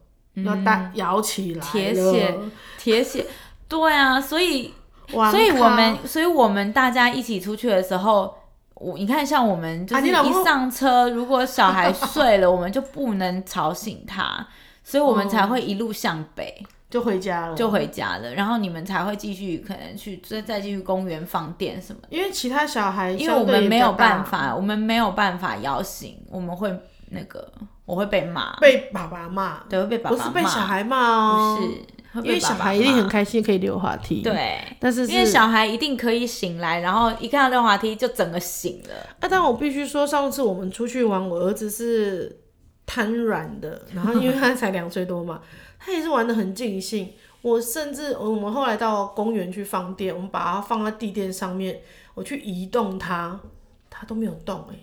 [SPEAKER 1] 要搭摇起来了。
[SPEAKER 3] 嗯铁血铁血，对啊，所以
[SPEAKER 1] 哇，
[SPEAKER 3] 所以
[SPEAKER 1] 靠
[SPEAKER 3] 我们，所以我们大家一起出去的时候，我你看，像我们就
[SPEAKER 1] 啊
[SPEAKER 3] 是
[SPEAKER 1] 你老公
[SPEAKER 3] 一上车，如果小孩睡了，我 (laughs) 们就不能吵醒他，所以我们才会一路向北
[SPEAKER 1] 就回家了，
[SPEAKER 3] 就回家了，然后你们才会继续可能去再再继续公园放电什么的，
[SPEAKER 1] 因为其他小孩
[SPEAKER 3] 因为我
[SPEAKER 1] 嗯相对
[SPEAKER 3] 们
[SPEAKER 1] 也
[SPEAKER 3] 没有
[SPEAKER 1] 比较大
[SPEAKER 3] 办法，我们没有办法摇醒，我们会那个我会被骂，
[SPEAKER 1] 被爸爸骂，
[SPEAKER 3] 对，会被爸
[SPEAKER 1] 不
[SPEAKER 3] 爸
[SPEAKER 1] 是
[SPEAKER 3] 骂，
[SPEAKER 1] 被小孩骂哦，
[SPEAKER 3] 不是，会被
[SPEAKER 1] 因为
[SPEAKER 3] 爸
[SPEAKER 1] 小
[SPEAKER 3] 爸
[SPEAKER 1] 孩一定
[SPEAKER 3] 骂
[SPEAKER 1] 很开心可以溜滑梯，，
[SPEAKER 3] 对。
[SPEAKER 1] 但是
[SPEAKER 3] 因为
[SPEAKER 1] 是
[SPEAKER 3] 小孩一定可以醒来，然后一看到溜滑梯就整个醒了。
[SPEAKER 1] 啊，但我必须说，上次我们出去玩，我儿子是瘫软的，然后因为他才两岁多嘛，他也是玩的很尽兴。我甚至我们后来到公园去放电，我们把它放在地垫上面，我去移动它，它都没有动哎、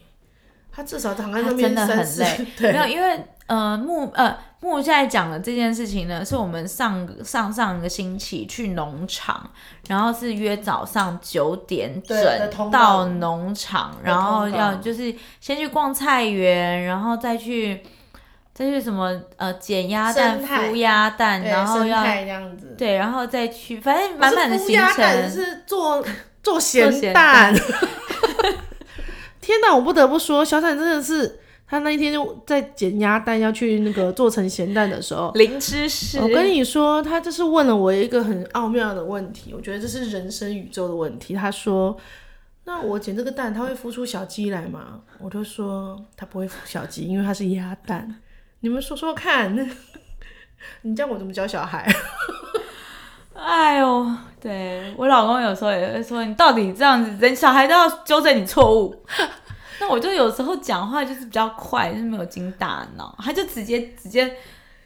[SPEAKER 1] 它至少躺在那
[SPEAKER 3] 他
[SPEAKER 1] 边
[SPEAKER 3] 真的
[SPEAKER 1] 三
[SPEAKER 3] 很
[SPEAKER 1] 四
[SPEAKER 3] 累
[SPEAKER 1] 对
[SPEAKER 3] 没有，因为呃木呃木现在讲的这件事情呢，是我们上上上个星期去农场，然后是约早上九点整
[SPEAKER 1] 对的通告
[SPEAKER 3] 到农场，
[SPEAKER 1] 的
[SPEAKER 3] 然后
[SPEAKER 1] 通告
[SPEAKER 3] 要就是先去逛菜园，然后再去再去什么呃捡鸭蛋、
[SPEAKER 1] 生态
[SPEAKER 3] 孵鸭蛋，
[SPEAKER 1] 对
[SPEAKER 3] 然后
[SPEAKER 1] 生
[SPEAKER 3] 要
[SPEAKER 1] 态这样子，
[SPEAKER 3] 对，然后再去，反正满满的
[SPEAKER 1] 不是
[SPEAKER 3] 行
[SPEAKER 1] 孵鸭蛋
[SPEAKER 3] 程。
[SPEAKER 1] 是做做
[SPEAKER 3] 做
[SPEAKER 1] 咸
[SPEAKER 3] 咸 (laughs)
[SPEAKER 1] 蛋。天哪，我不得不说，小闪真的是，他那一天就在捡鸭蛋要去那个做成咸蛋的时候，
[SPEAKER 3] 零知识，
[SPEAKER 1] 哦我跟你说，他就是问了我一个很奥妙的问题，我觉得这是人生宇宙的问题。他说：“那我捡这个蛋，它会孵出小鸡来吗？”我就说：“它不会孵小鸡，因为它是鸭蛋。”你们说说看， (laughs) 你叫我怎么教小孩？
[SPEAKER 3] 哎呦，对我老公有时候也会说，你到底这样子，人小孩都要纠正你错误。
[SPEAKER 1] (laughs)
[SPEAKER 3] 那我就有时候讲话就是比较快，就是没有经大脑，他就直接直接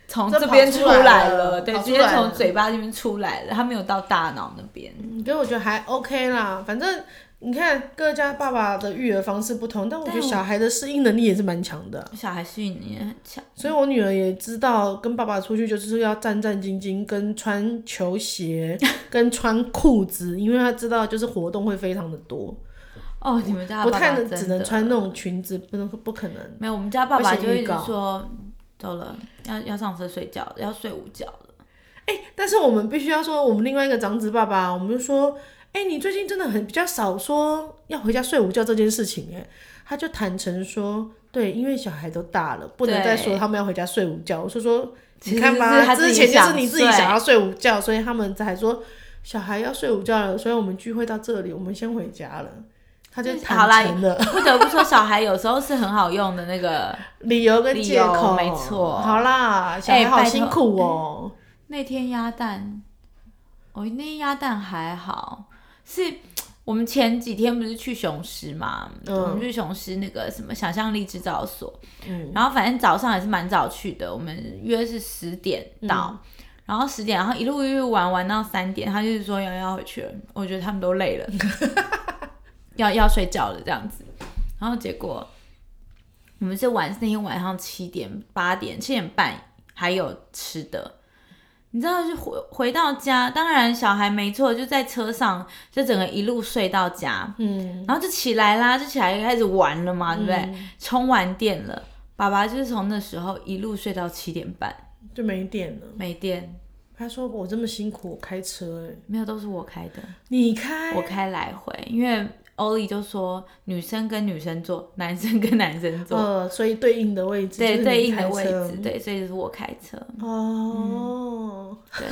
[SPEAKER 3] 从
[SPEAKER 1] 这
[SPEAKER 3] 这边
[SPEAKER 1] 跑
[SPEAKER 3] 出
[SPEAKER 1] 出来
[SPEAKER 3] 来
[SPEAKER 1] 了
[SPEAKER 3] 对，
[SPEAKER 1] 跑
[SPEAKER 3] 直
[SPEAKER 1] 出
[SPEAKER 3] 接
[SPEAKER 1] 来
[SPEAKER 3] 从
[SPEAKER 1] 了
[SPEAKER 3] 嘴巴这边出来了，他没有到大脑那边。
[SPEAKER 1] 嗯，所以我觉得还 OK 啦，反正你看各家爸爸的育儿方式不同，但我觉得
[SPEAKER 3] 但我
[SPEAKER 1] 小孩的适应能力也是蛮强的。
[SPEAKER 3] 小孩适应力很强，
[SPEAKER 1] 所以我女儿也知道，跟爸爸出去就是要战战兢兢，跟穿球
[SPEAKER 3] (laughs)
[SPEAKER 1] 鞋，跟穿裤子，因为她知道就是活动会非常的多，
[SPEAKER 3] 哦，你们家
[SPEAKER 1] 不
[SPEAKER 3] 的爸爸
[SPEAKER 1] 太能
[SPEAKER 3] 真
[SPEAKER 1] 只能
[SPEAKER 3] 的
[SPEAKER 1] 穿那种裙子，不能不可能。
[SPEAKER 3] 没有，我们家爸爸
[SPEAKER 1] 会写
[SPEAKER 3] 就一
[SPEAKER 1] 预
[SPEAKER 3] 直
[SPEAKER 1] 告
[SPEAKER 3] 说，走了，要要上车睡觉了，要睡午觉
[SPEAKER 1] (laughs)
[SPEAKER 3] 了。
[SPEAKER 1] 哎、但是我们必须要说，我们另外一个长子爸爸，我们就说，哎、你最近真的很比较少说要回家睡午觉这件事情、哎，他就坦诚说，对，因为小孩都大了，不能
[SPEAKER 3] 对
[SPEAKER 1] 再说他们要回家睡午觉。我说说，
[SPEAKER 3] 其
[SPEAKER 1] 你看
[SPEAKER 3] 实
[SPEAKER 1] 吧，
[SPEAKER 3] 是他自
[SPEAKER 1] 之前
[SPEAKER 3] 己
[SPEAKER 1] 就是
[SPEAKER 3] 想
[SPEAKER 1] 你自己
[SPEAKER 3] 睡
[SPEAKER 1] 想要睡午觉，所以他们才说小孩要睡午觉了，所以我们聚会到这里，我们先回家了。他就
[SPEAKER 3] 嗯好
[SPEAKER 1] 坦
[SPEAKER 3] 啦
[SPEAKER 1] 诚了，
[SPEAKER 3] 不得不说，小孩有时候是很好用的那个
[SPEAKER 1] 理由跟借
[SPEAKER 3] 理
[SPEAKER 1] 口，
[SPEAKER 3] 由没错
[SPEAKER 1] 好啦，小孩
[SPEAKER 3] 哎
[SPEAKER 1] 好
[SPEAKER 3] 拜托嗯
[SPEAKER 1] 辛苦哦、
[SPEAKER 3] 那天鸭蛋，哦，那天鸭蛋还好，是我们前几天不是去雄狮嘛？
[SPEAKER 1] 嗯
[SPEAKER 3] 我们去雄狮那个什么想象力制造所，
[SPEAKER 1] 嗯
[SPEAKER 3] 然后反正早上也是蛮早去的，我们约是十点到。
[SPEAKER 1] 嗯
[SPEAKER 3] 然后十点，然后一路一路玩玩到三点，他就是说要要回去了。我觉得他们都累了， (laughs) 要要睡觉了这样子。然后结果我们是晚那天晚上七点、八点、七点半还有吃的。你知道，就回回到家，当然小孩没错，就在车上，就整个一路睡到家，
[SPEAKER 1] 嗯，
[SPEAKER 3] 然后就起来啦，就起来开始玩了嘛，对不对？充完电了，爸爸就是从那时候一路睡到七点半，
[SPEAKER 1] 就没电了。
[SPEAKER 3] 没电，
[SPEAKER 1] 他说我这么辛苦，我开车、哎。
[SPEAKER 3] 没有都是我开的，
[SPEAKER 1] 你开，
[SPEAKER 3] 我开来回，因为欧丽就说女生跟女生坐，男生跟男生坐，
[SPEAKER 1] 呃，所以对应的位置，
[SPEAKER 3] 嗯对对应的
[SPEAKER 1] 位
[SPEAKER 3] 位置，。嗯对，所以就是我开车，
[SPEAKER 1] 哦，
[SPEAKER 3] 对，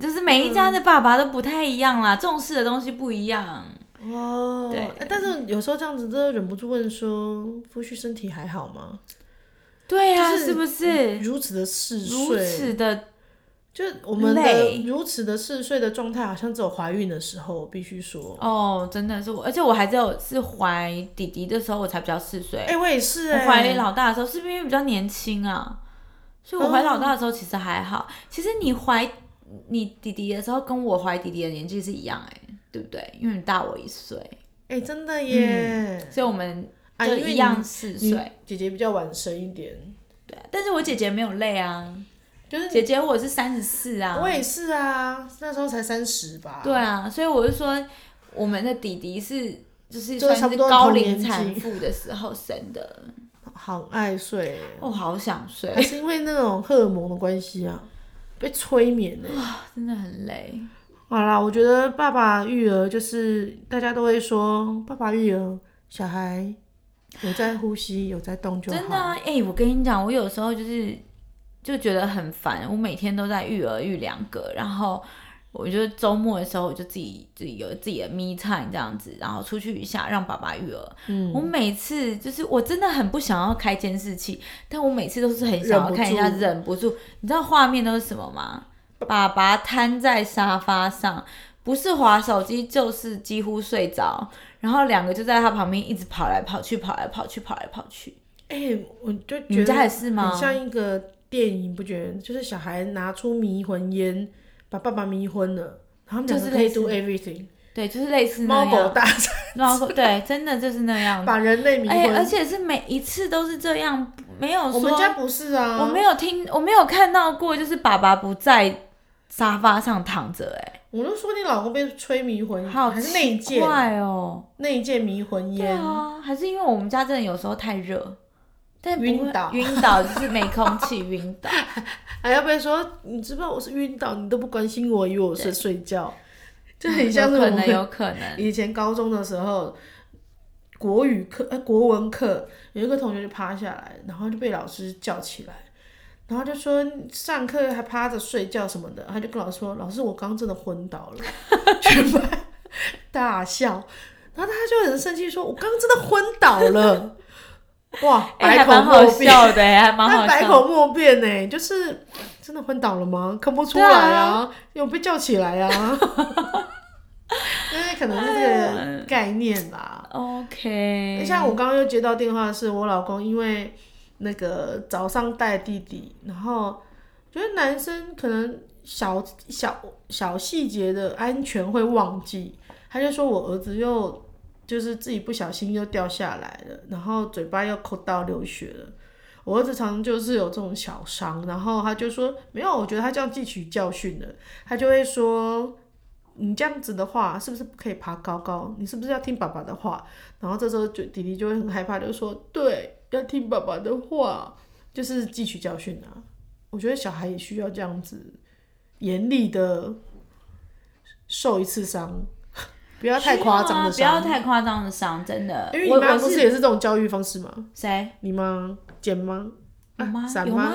[SPEAKER 3] 就是每一家的爸爸都不太一样啦，重视的东西不一样。
[SPEAKER 1] 哦，
[SPEAKER 3] 对
[SPEAKER 1] 哎但是有时候这样子，真的忍不住问说，夫婿身体还好吗？
[SPEAKER 3] 对呀、
[SPEAKER 1] 就是
[SPEAKER 3] 是嗯不是？
[SPEAKER 1] 如此的嗜
[SPEAKER 3] 如
[SPEAKER 1] 睡，
[SPEAKER 3] 此的
[SPEAKER 1] 就是我们的
[SPEAKER 3] 累
[SPEAKER 1] 如此的嗜睡的状态，好像只有怀孕的时候，我必须说。
[SPEAKER 3] 哦，真的是我，而且我还只有是怀弟弟的时候，我才比较嗜睡。
[SPEAKER 1] 哎、我也是、
[SPEAKER 3] 我
[SPEAKER 1] 哎，
[SPEAKER 3] 怀老大的时候，是不是因为比较年轻啊？所以我怀老
[SPEAKER 1] 嗯
[SPEAKER 3] 大的时候其实还好。其实你怀你弟弟的时候，跟我怀弟弟的年纪是一样、哎，对不对？因为你大我一岁，
[SPEAKER 1] 哎、真的耶，
[SPEAKER 3] 所以我们
[SPEAKER 1] 啊
[SPEAKER 3] 嗯就
[SPEAKER 1] 因为
[SPEAKER 3] 一
[SPEAKER 1] 你
[SPEAKER 3] 样四
[SPEAKER 1] 你
[SPEAKER 3] 岁。
[SPEAKER 1] 姐姐比较晚生一点，
[SPEAKER 3] 对啊，但是我姐姐没有累啊，
[SPEAKER 1] 就是
[SPEAKER 3] 姐姐我是三十四啊，
[SPEAKER 1] 我也是啊，那时候才三十吧。
[SPEAKER 3] 对啊，所以我就说我们的弟弟是就是
[SPEAKER 1] 就是
[SPEAKER 3] 算
[SPEAKER 1] 差不
[SPEAKER 3] 是
[SPEAKER 1] 多
[SPEAKER 3] 高
[SPEAKER 1] 同
[SPEAKER 3] 龄
[SPEAKER 1] 年纪
[SPEAKER 3] 产妇的时候生的，
[SPEAKER 1] 好爱睡，
[SPEAKER 3] 我、好想睡
[SPEAKER 1] 还，是因为那种荷尔蒙的关系啊，被催眠了。
[SPEAKER 3] 真的很累。
[SPEAKER 1] 好啦，我觉得爸爸育儿就是大家都会说，爸爸育儿，小孩有在呼吸，有在动就好。
[SPEAKER 3] 真的啊，哎、我跟你讲，我有时候就是就觉得很烦，我每天都在育儿育两个，然后我就周末的时候我就自己自己有自己的 me time 这样子，然后出去一下让爸爸育儿。
[SPEAKER 1] 嗯
[SPEAKER 3] 我每次就是我真的很不想要开监视器，但我每次都是很想要看一下，
[SPEAKER 1] 忍不住
[SPEAKER 3] 忍不住。你知道画面都是什么吗？爸爸瘫在沙发上，不是划手机就是几乎睡着，然后两个就在他旁边一直跑来跑去，跑来跑去，跑来跑去。
[SPEAKER 1] 哎、我就觉
[SPEAKER 3] 你
[SPEAKER 1] 得
[SPEAKER 3] 们家也是吗
[SPEAKER 1] 很像一个电影，不觉得？就是小孩拿出迷魂烟，把爸爸迷昏了，然后他们两
[SPEAKER 3] 就
[SPEAKER 1] 个
[SPEAKER 3] 是
[SPEAKER 1] 可以
[SPEAKER 3] 类似
[SPEAKER 1] do everything，
[SPEAKER 3] 对，就是类似
[SPEAKER 1] 猫
[SPEAKER 3] 那样。
[SPEAKER 1] 狗大战，
[SPEAKER 3] 猫狗对，真的就是那样。
[SPEAKER 1] 把人类迷
[SPEAKER 3] 哎、
[SPEAKER 1] 昏。
[SPEAKER 3] 而且是每一次都是这样，没有
[SPEAKER 1] 我
[SPEAKER 3] 说
[SPEAKER 1] 们家不是啊，
[SPEAKER 3] 我没有听，我没有看到过，就是爸爸不在沙发上躺着、
[SPEAKER 1] 我就说你老公被吹迷魂，
[SPEAKER 3] 哎，好
[SPEAKER 1] 还是内
[SPEAKER 3] 奇
[SPEAKER 1] 建
[SPEAKER 3] 怪哦。
[SPEAKER 1] 内建迷魂
[SPEAKER 3] 对
[SPEAKER 1] 烟，
[SPEAKER 3] 啊，还是因为我们家真的有时候太热，但不会
[SPEAKER 1] 晕倒
[SPEAKER 3] 晕倒就是没空气晕倒。
[SPEAKER 1] 还哎要不要说你知不知道我是晕倒，你都不关心我，以为我是睡觉， (laughs) 就很像是
[SPEAKER 3] 有
[SPEAKER 1] 我
[SPEAKER 3] 可能，
[SPEAKER 1] 们
[SPEAKER 3] 有可
[SPEAKER 1] (laughs)
[SPEAKER 3] 能。
[SPEAKER 1] 以前高中的时 (laughs) 候。国语课、呃，国文课有一个同学就趴下来，然后就被老师叫起来，然后就说上课还趴着睡觉什么的，他就跟老师说：“老师，我刚真的昏倒了。” (laughs) 全班大笑，然后他就很生气说：“我刚真的昏倒了。” (laughs) 哇，百
[SPEAKER 3] 哎、还
[SPEAKER 1] 口
[SPEAKER 3] 蛮好
[SPEAKER 1] 莫辩。
[SPEAKER 3] 笑的、哎还
[SPEAKER 1] (laughs)
[SPEAKER 3] 蛮
[SPEAKER 1] 他
[SPEAKER 3] 好
[SPEAKER 1] 百
[SPEAKER 3] 笑
[SPEAKER 1] 口莫辩呢，就是真的昏倒了吗？看不出来啊，有被叫起来啊。 (laughs) 因为可能是这个概念啦。
[SPEAKER 3] OK，
[SPEAKER 1] 像我刚刚又接到电话，是我老公因为那个早上带弟弟，然后觉得男生可能小小小细节的安全会忘记，他就说我儿子又就是自己不小心又掉下来了，然后嘴巴又抠到流血了。我儿子常常就是有这种小伤，然后他就说没有，我觉得他这样汲取教训了，他就会说你这样子的话是不是不可以爬高高？你是不是要听爸爸的话？然后这时候就弟弟就会很害怕，就说对，要听爸爸的话，就是汲取教训啊。我觉得小孩也需要这样子严厉的受一次伤， (laughs) 不要太夸张的
[SPEAKER 3] 需要啊
[SPEAKER 1] 伤。
[SPEAKER 3] 不要太夸张的伤，真的。
[SPEAKER 1] 因为你
[SPEAKER 3] 我
[SPEAKER 1] 妈
[SPEAKER 3] 我
[SPEAKER 1] 不是
[SPEAKER 3] 是
[SPEAKER 1] 也是这种教育方式吗？
[SPEAKER 3] 谁？
[SPEAKER 1] 你妈剪吗？
[SPEAKER 3] 我妈
[SPEAKER 1] 闪
[SPEAKER 3] 有
[SPEAKER 1] 妈
[SPEAKER 3] 吗？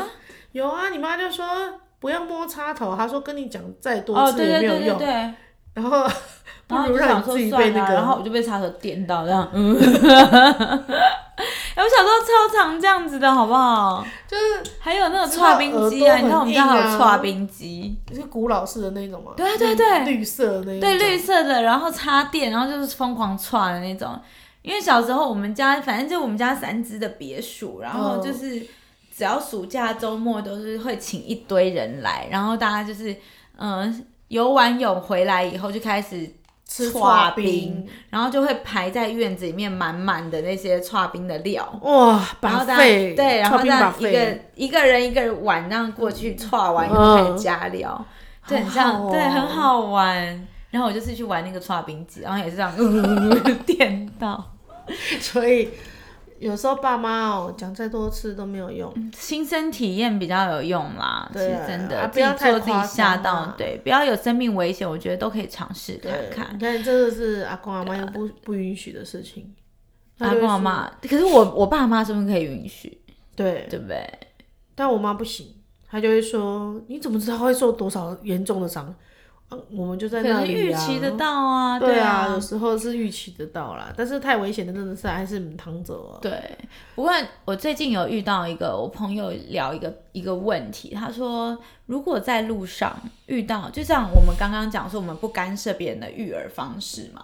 [SPEAKER 1] 有啊，你妈就说不要摸插头，她说跟你讲再多
[SPEAKER 3] 哦，
[SPEAKER 1] 次
[SPEAKER 3] 对
[SPEAKER 1] 也
[SPEAKER 3] 对
[SPEAKER 1] 没有
[SPEAKER 3] 对
[SPEAKER 1] 用，
[SPEAKER 3] 对对，然
[SPEAKER 1] 然后不
[SPEAKER 3] 后
[SPEAKER 1] 如
[SPEAKER 3] 就
[SPEAKER 1] 让
[SPEAKER 3] 想
[SPEAKER 1] 你
[SPEAKER 3] 说
[SPEAKER 1] 自己
[SPEAKER 3] 算
[SPEAKER 1] 被
[SPEAKER 3] 了
[SPEAKER 1] 那
[SPEAKER 3] 啊，
[SPEAKER 1] 个，
[SPEAKER 3] 然后我就被插头电到这样。嗯， (laughs) 哎，我小时候超常这样子的好不好？
[SPEAKER 1] 就是
[SPEAKER 3] 还有那个
[SPEAKER 1] 知道
[SPEAKER 3] 刨冰机啊，
[SPEAKER 1] 耳朵很
[SPEAKER 3] 你看我们家还有
[SPEAKER 1] 硬啊
[SPEAKER 3] 刨冰机，
[SPEAKER 1] 是古老式的那种嘛，
[SPEAKER 3] 对对对
[SPEAKER 1] 绿绿色的那一种
[SPEAKER 3] 对，绿色的，然后插电，然后就是疯狂串的那种。因为小时候我们家，反正就我们家三只的别墅，然
[SPEAKER 1] 嗯
[SPEAKER 3] 后就是只要暑假、周末都是会请一堆人来，然后大家就是嗯、呃游完泳回来以后就开始
[SPEAKER 1] 吃
[SPEAKER 3] 刨
[SPEAKER 1] 刨
[SPEAKER 3] 冰
[SPEAKER 1] 冰，
[SPEAKER 3] 然后就会排在院子里面满满的那些刨冰的料。
[SPEAKER 1] 哇，
[SPEAKER 3] 然
[SPEAKER 1] 把
[SPEAKER 3] 后大家
[SPEAKER 1] 费
[SPEAKER 3] 对，然后
[SPEAKER 1] 刨
[SPEAKER 3] 这
[SPEAKER 1] 冰
[SPEAKER 3] 样
[SPEAKER 1] 把
[SPEAKER 3] 一个
[SPEAKER 1] 费，
[SPEAKER 3] 一个人一个碗这样过去串完，以后开始加料，对，很像、
[SPEAKER 1] 好好哦
[SPEAKER 3] 对，很嗯好玩。然后我就是去玩那个串冰机，然后也是这样， (laughs) 呃、电到
[SPEAKER 1] 所以有时候爸妈哦讲再多次都没有用，
[SPEAKER 3] 嗯亲身体验比较有用啦，是
[SPEAKER 1] 对啊
[SPEAKER 3] 真的，
[SPEAKER 1] 啊
[SPEAKER 3] 自
[SPEAKER 1] 不
[SPEAKER 3] 己
[SPEAKER 1] 要太
[SPEAKER 3] 做自己
[SPEAKER 1] 夸
[SPEAKER 3] 吓
[SPEAKER 1] 张
[SPEAKER 3] 到，
[SPEAKER 1] 啊
[SPEAKER 3] 对，不要有生命危险，我觉得都可以尝试看
[SPEAKER 1] 对，
[SPEAKER 3] 看
[SPEAKER 1] 你。看这个是阿公阿妈又不不允许的事情，他
[SPEAKER 3] 阿
[SPEAKER 1] 就会
[SPEAKER 3] 公
[SPEAKER 1] 说
[SPEAKER 3] 阿啊妈，可是我我爸妈是不是可以允许，
[SPEAKER 1] 对，
[SPEAKER 3] 对不对？
[SPEAKER 1] 但我妈不行，她就会说：“你怎么知道她会受多少严重的伤？”啊，我们就在
[SPEAKER 3] 可
[SPEAKER 1] 那
[SPEAKER 3] 能
[SPEAKER 1] 里
[SPEAKER 3] 预
[SPEAKER 1] 啊。
[SPEAKER 3] 期得到啊，
[SPEAKER 1] 对啊，
[SPEAKER 3] 啊
[SPEAKER 1] 有，时候是预期得到啦，但是太危险的真的是还是唔躺着啊。
[SPEAKER 3] 对。不过我最近有遇到一个我朋友聊一个一个问题，他说如果在路上遇到，就像我们刚刚讲说我们不干涉别人的育儿方式嘛，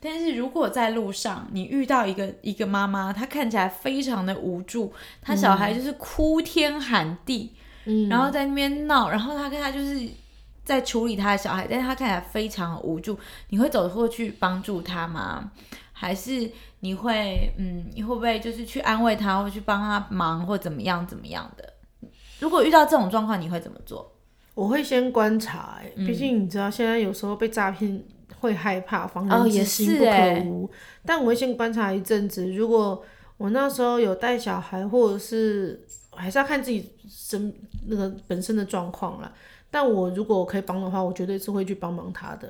[SPEAKER 3] 但是如果在路上你遇到一个一个妈妈，她看起来非常的无助，她小孩就是哭天喊地，
[SPEAKER 1] 嗯，
[SPEAKER 3] 然后在那边闹，然后她跟她就是在处理他的小孩，但是他看起来非常无助，你会走过去帮助他吗？还是你会嗯，你会不会就是去安慰他，或去帮他忙，或怎么样怎么样的？如果遇到这种状况，你会怎么做？
[SPEAKER 1] 我会先观察、欸，
[SPEAKER 3] 嗯
[SPEAKER 1] 毕竟你知道，现在有时候被诈骗会害怕，防
[SPEAKER 3] 哦
[SPEAKER 1] 人
[SPEAKER 3] 也
[SPEAKER 1] 之心
[SPEAKER 3] 是
[SPEAKER 1] 不可
[SPEAKER 3] 欸
[SPEAKER 1] 无。但我会先观察一阵子，如果我那时候有带小孩，或者是还是要看自己身那个本身的状况啦。但我如果我可以帮的话，我绝对是会去帮忙他的，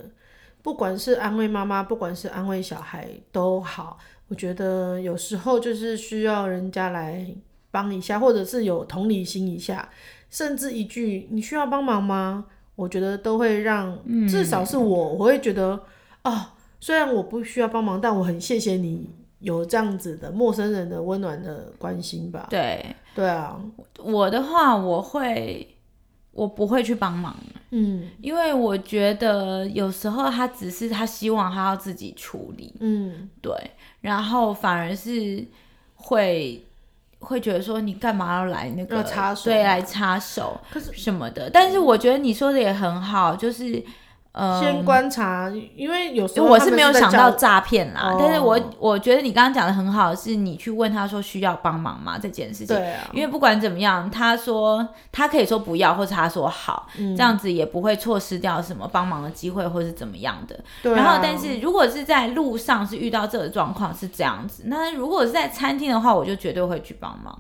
[SPEAKER 1] 不管是安慰妈妈，不管是安慰小孩都好。我觉得有时候就是需要人家来帮一下，或者是有同理心一下，甚至一句“你需要帮忙吗？”我觉得都会让，
[SPEAKER 3] 嗯
[SPEAKER 1] 至少是我，我会觉得，哦，虽然我不需要帮忙，但我很谢谢你有这样子的陌生人的温暖的关心吧。
[SPEAKER 3] 对
[SPEAKER 1] 对啊，
[SPEAKER 3] 我的话，我会我不会去帮忙，
[SPEAKER 1] 嗯
[SPEAKER 3] 因为我觉得有时候他只是他希望他要自己处理，
[SPEAKER 1] 嗯，
[SPEAKER 3] 对，然后反而是会会觉得说你干嘛要来那个
[SPEAKER 1] 要插手
[SPEAKER 3] 对，
[SPEAKER 1] 嘛
[SPEAKER 3] 来插手
[SPEAKER 1] 可是
[SPEAKER 3] 什么的。但是我觉得你说的也很好，就是呃，
[SPEAKER 1] 先观察，因为有时候
[SPEAKER 3] 我
[SPEAKER 1] 他
[SPEAKER 3] 是
[SPEAKER 1] 们
[SPEAKER 3] 没有
[SPEAKER 1] 在
[SPEAKER 3] 想
[SPEAKER 1] 教
[SPEAKER 3] 到诈骗啦，
[SPEAKER 1] 哦
[SPEAKER 3] 但是我我觉得你刚刚讲的很好，是你去问他说需要帮忙吗这件事情。
[SPEAKER 1] 对啊，
[SPEAKER 3] 因为不管怎么样，他说他可以说不要，或者他说好，
[SPEAKER 1] 嗯
[SPEAKER 3] 这样子也不会错失掉什么帮忙的机会，或是怎么样的。
[SPEAKER 1] 对啊
[SPEAKER 3] 然后，但是如果是在路上是遇到这个状况是这样子，那如果是在餐厅的话，我就绝对会去帮忙。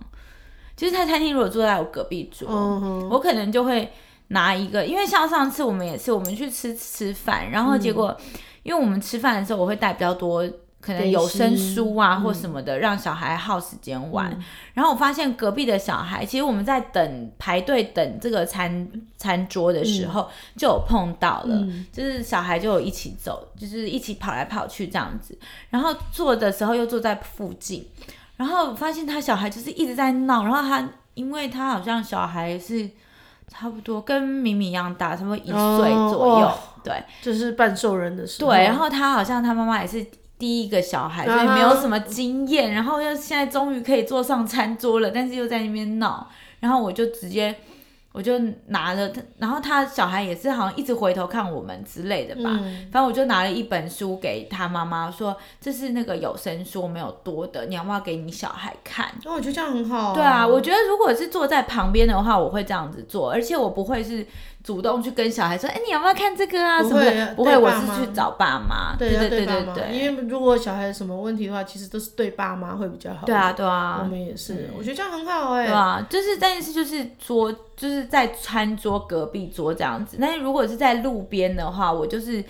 [SPEAKER 3] 就是在餐厅，如果坐在我隔壁桌，
[SPEAKER 1] 嗯哼
[SPEAKER 3] 我可能就会拿一个，因为像上次我们也是，我们去吃吃饭，然后结
[SPEAKER 1] 嗯
[SPEAKER 3] 果、因为我们吃饭的时候，我会带比较多。可能
[SPEAKER 1] 点
[SPEAKER 3] 有声
[SPEAKER 1] 心
[SPEAKER 3] 书啊，或
[SPEAKER 1] 嗯
[SPEAKER 3] 什么的，让小孩耗时间玩。
[SPEAKER 1] 嗯
[SPEAKER 3] 然后我发现隔壁的小孩，其实我们在等排队等这个餐餐桌的时候，就有碰到了，
[SPEAKER 1] 嗯
[SPEAKER 3] 就是小孩就有一起走，就是一起跑来跑去这样子。然后坐的时候又坐在附近，然后我发现他小孩就是一直在闹，然后他因为他好像小孩是差不多跟敏敏一样大，差不多一岁左右，
[SPEAKER 1] 哦
[SPEAKER 3] 对
[SPEAKER 1] 就是半兽人的时候，啊
[SPEAKER 3] 对。然后他好像他妈妈也是。第一个小孩，所以没有什么经验然后又现在终于可以坐上餐桌了，但是又在那边闹，然后我就直接我就拿了他，然后他小孩也是好像一直回头看我们之类的吧，
[SPEAKER 1] 嗯
[SPEAKER 3] 反正我就拿了一本书给他妈妈说，这是那个有声书，没有多的，你要不要给你小孩看？
[SPEAKER 1] 那哦我觉得这样很好、
[SPEAKER 3] 对啊，我觉得如果是坐在旁边的话，我会这样子做，而且我不会是主动去跟小孩说，哎、你要不要看这个啊什
[SPEAKER 1] 不
[SPEAKER 3] 么
[SPEAKER 1] 会
[SPEAKER 3] 的，不
[SPEAKER 1] 对
[SPEAKER 3] 我
[SPEAKER 1] 爸
[SPEAKER 3] 是
[SPEAKER 1] 妈
[SPEAKER 3] 去找爸妈，
[SPEAKER 1] 对
[SPEAKER 3] 对
[SPEAKER 1] 要
[SPEAKER 3] 对
[SPEAKER 1] 爸
[SPEAKER 3] 对
[SPEAKER 1] 妈，
[SPEAKER 3] 对，
[SPEAKER 1] 因为如果小孩有什么问题的话，其实都是对爸妈会比较好。
[SPEAKER 3] 对啊，对
[SPEAKER 1] 我
[SPEAKER 3] 啊，
[SPEAKER 1] 们也是，我觉得这样很好哎、
[SPEAKER 3] 对啊，就是但是就是桌就是在餐桌隔壁桌这样子，但是如果是在路边的话，我就是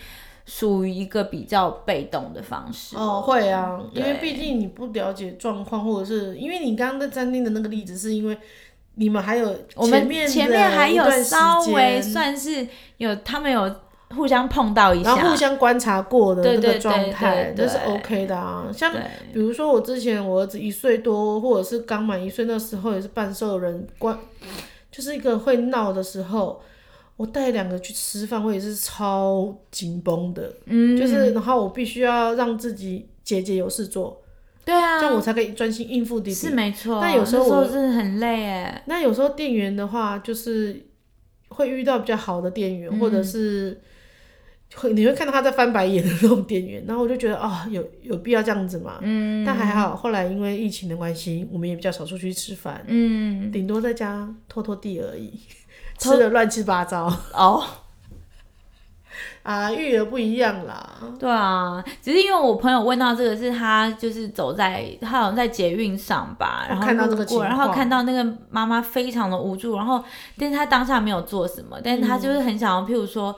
[SPEAKER 3] 属于一个比较被动的方式
[SPEAKER 1] 哦，会啊，因为
[SPEAKER 3] 对
[SPEAKER 1] 毕竟你不了解状况，或者是因为你刚刚在餐厅的那个例子，是因为你们还有
[SPEAKER 3] 我们
[SPEAKER 1] 面
[SPEAKER 3] 前
[SPEAKER 1] 前
[SPEAKER 3] 面还有稍
[SPEAKER 1] 算，
[SPEAKER 3] 微算是有他们有互相碰到一
[SPEAKER 1] 然后
[SPEAKER 3] 下
[SPEAKER 1] 互，相观察过的
[SPEAKER 3] 对
[SPEAKER 1] 那
[SPEAKER 3] 对
[SPEAKER 1] 个
[SPEAKER 3] 对
[SPEAKER 1] 状态，
[SPEAKER 3] 对
[SPEAKER 1] 这是
[SPEAKER 3] 对
[SPEAKER 1] OK 的啊。像
[SPEAKER 3] 对
[SPEAKER 1] 比如说我之前我儿子一岁多，或者是刚满一岁那时候，也是半兽人关，就是一个会闹的时候。我带两个去吃饭，我也是超紧绷的，
[SPEAKER 3] 嗯，
[SPEAKER 1] 就是然后我必须要让自己姐姐有事做，
[SPEAKER 3] 对啊，
[SPEAKER 1] 这样我才可以专心应付弟弟。
[SPEAKER 3] 是没错。
[SPEAKER 1] 但有时候
[SPEAKER 3] 那
[SPEAKER 1] 我
[SPEAKER 3] 真的很累哎，
[SPEAKER 1] 那有时候店员的话，就是会遇到比较好的店
[SPEAKER 3] 嗯
[SPEAKER 1] 员，或者是会你会看到他在翻白眼的那种店员，然后我就觉得啊、有有必要这样子嘛？
[SPEAKER 3] 嗯
[SPEAKER 1] 但还好，后来因为疫情的关系，我们也比较少出去吃饭，
[SPEAKER 3] 嗯
[SPEAKER 1] 顶多在家拖拖地而已，
[SPEAKER 3] (laughs) 拖
[SPEAKER 1] 吃的乱七八
[SPEAKER 3] (laughs)
[SPEAKER 1] 糟
[SPEAKER 3] 哦，
[SPEAKER 1] 啊，育儿不一样啦。
[SPEAKER 3] 对啊，只是因为我朋友问到这个，是他就是走在他好像在捷运上吧，然后
[SPEAKER 1] 哦看到这
[SPEAKER 3] 路
[SPEAKER 1] 个
[SPEAKER 3] 过，
[SPEAKER 1] 情
[SPEAKER 3] 然后
[SPEAKER 1] 况
[SPEAKER 3] 看到那个妈妈非常的无助，然后但是他当下没有做什么，但是他就是很想要，譬如说。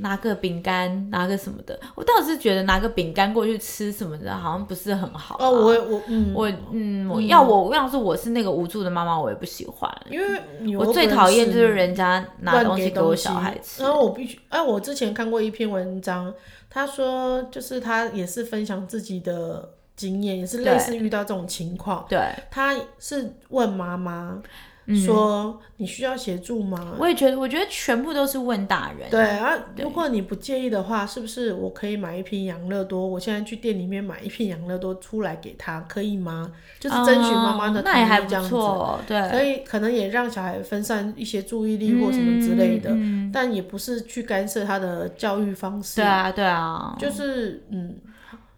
[SPEAKER 3] 拿个饼干，拿个什么的，我倒是觉得拿个饼干过去吃什么的，好像不是很好、啊
[SPEAKER 1] 哦，我会我嗯，
[SPEAKER 3] 我嗯，我要我要是我是那个无助的妈妈，我也不喜欢。
[SPEAKER 1] 因为你
[SPEAKER 3] 我
[SPEAKER 1] 又
[SPEAKER 3] 最
[SPEAKER 1] 不能
[SPEAKER 3] 讨厌
[SPEAKER 1] 吃
[SPEAKER 3] 就是人家拿
[SPEAKER 1] 乱
[SPEAKER 3] 东西
[SPEAKER 1] 给
[SPEAKER 3] 给我小孩吃
[SPEAKER 1] 然。后我必须，哎、我之前看过一篇文章，他说就是他也是分享自己的嗯经验，也是类似遇到这种情况。
[SPEAKER 3] 对，
[SPEAKER 1] 他是问妈妈，
[SPEAKER 3] 嗯
[SPEAKER 1] 说你需要协助吗？
[SPEAKER 3] 我也觉得，我觉得全部都是问大人。
[SPEAKER 1] 对啊，如果你不介意的话，是不是我可以买一瓶养乐多？我现在去店里面买一瓶养乐多出来给他，可以吗？就是争取妈妈的同
[SPEAKER 3] 哦那也还
[SPEAKER 1] 意
[SPEAKER 3] 不
[SPEAKER 1] 这样子，
[SPEAKER 3] 错哦，对，
[SPEAKER 1] 可以可能也让小孩分散一些注意力或什么之类的，
[SPEAKER 3] 嗯嗯
[SPEAKER 1] 但也不是去干涉他的教育方式。
[SPEAKER 3] 对啊，对啊，
[SPEAKER 1] 就是嗯，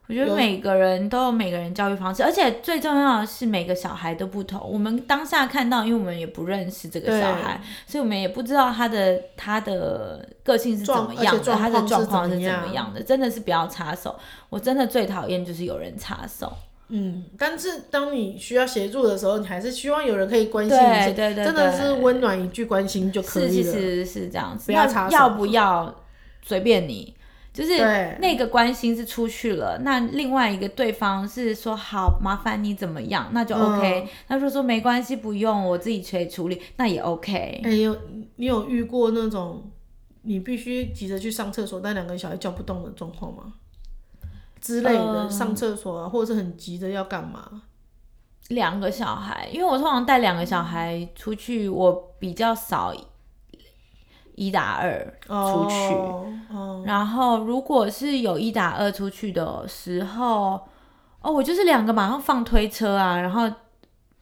[SPEAKER 3] 我觉得
[SPEAKER 1] 有
[SPEAKER 3] 每个人都有每个人教育方式，而且最重要的是每个小孩都不同。我们当下看到，因为我们也不认识这个
[SPEAKER 1] 对
[SPEAKER 3] 小孩，所以我们也不知道他的他的个性是怎么样的，
[SPEAKER 1] 状
[SPEAKER 3] 他
[SPEAKER 1] 而且
[SPEAKER 3] 的状
[SPEAKER 1] 状
[SPEAKER 3] 况
[SPEAKER 1] 况
[SPEAKER 3] 是
[SPEAKER 1] 是
[SPEAKER 3] 怎
[SPEAKER 1] 怎么样
[SPEAKER 3] 么样的。真的是不要插手，我真的最讨厌就是有人插手。
[SPEAKER 1] 嗯，但是当你需要协助的时候，你还是希望有人可以关心一下，
[SPEAKER 3] 对对对，
[SPEAKER 1] 真的
[SPEAKER 3] 对
[SPEAKER 1] 是温暖一句关心就可
[SPEAKER 3] 是
[SPEAKER 1] 以
[SPEAKER 3] 是
[SPEAKER 1] 了。
[SPEAKER 3] 是是这样子。
[SPEAKER 1] 不要
[SPEAKER 3] 那
[SPEAKER 1] 插手
[SPEAKER 3] 要不要随便你，就是
[SPEAKER 1] 对
[SPEAKER 3] 那个关心是出去了，那另外一个对方是说好麻烦你怎么样，那就
[SPEAKER 1] 嗯
[SPEAKER 3] OK。那如果说没关系，不用，我自己可以处理，那也 OK。
[SPEAKER 1] 哎、有你有遇过那种你必须急着去上厕所，但两个小孩叫不动的状况吗？之类的，
[SPEAKER 3] 嗯
[SPEAKER 1] 上厕所啊，或者是很急着要干嘛？
[SPEAKER 3] 两个小孩，因为我通常带两个小孩出去，我比较少一打二出去。
[SPEAKER 1] 哦，哦
[SPEAKER 3] 然后如果是有一打二出去的时候，哦，我就是两个马上放推车啊，然后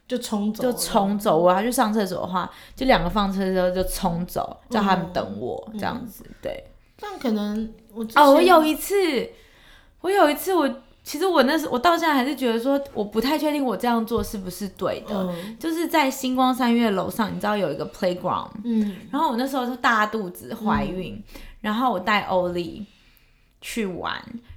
[SPEAKER 1] 就冲走
[SPEAKER 3] 就
[SPEAKER 1] 了，
[SPEAKER 3] 冲走。我要去上厕所的话，就两个放车之后就冲走，
[SPEAKER 1] 嗯
[SPEAKER 3] 叫他们等我、这样子。对，
[SPEAKER 1] 但可能我嗯之
[SPEAKER 3] 哦，我
[SPEAKER 1] 前
[SPEAKER 3] 有一次，我有一次我，其实我那时我到现在还是觉得说，我不太确定我这样做是不是对的。
[SPEAKER 1] 嗯
[SPEAKER 3] 就是在星光三月楼上，你知道有一个 playground，
[SPEAKER 1] 嗯
[SPEAKER 3] 然后我那时候是大肚子怀孕，然后我带欧丽去玩，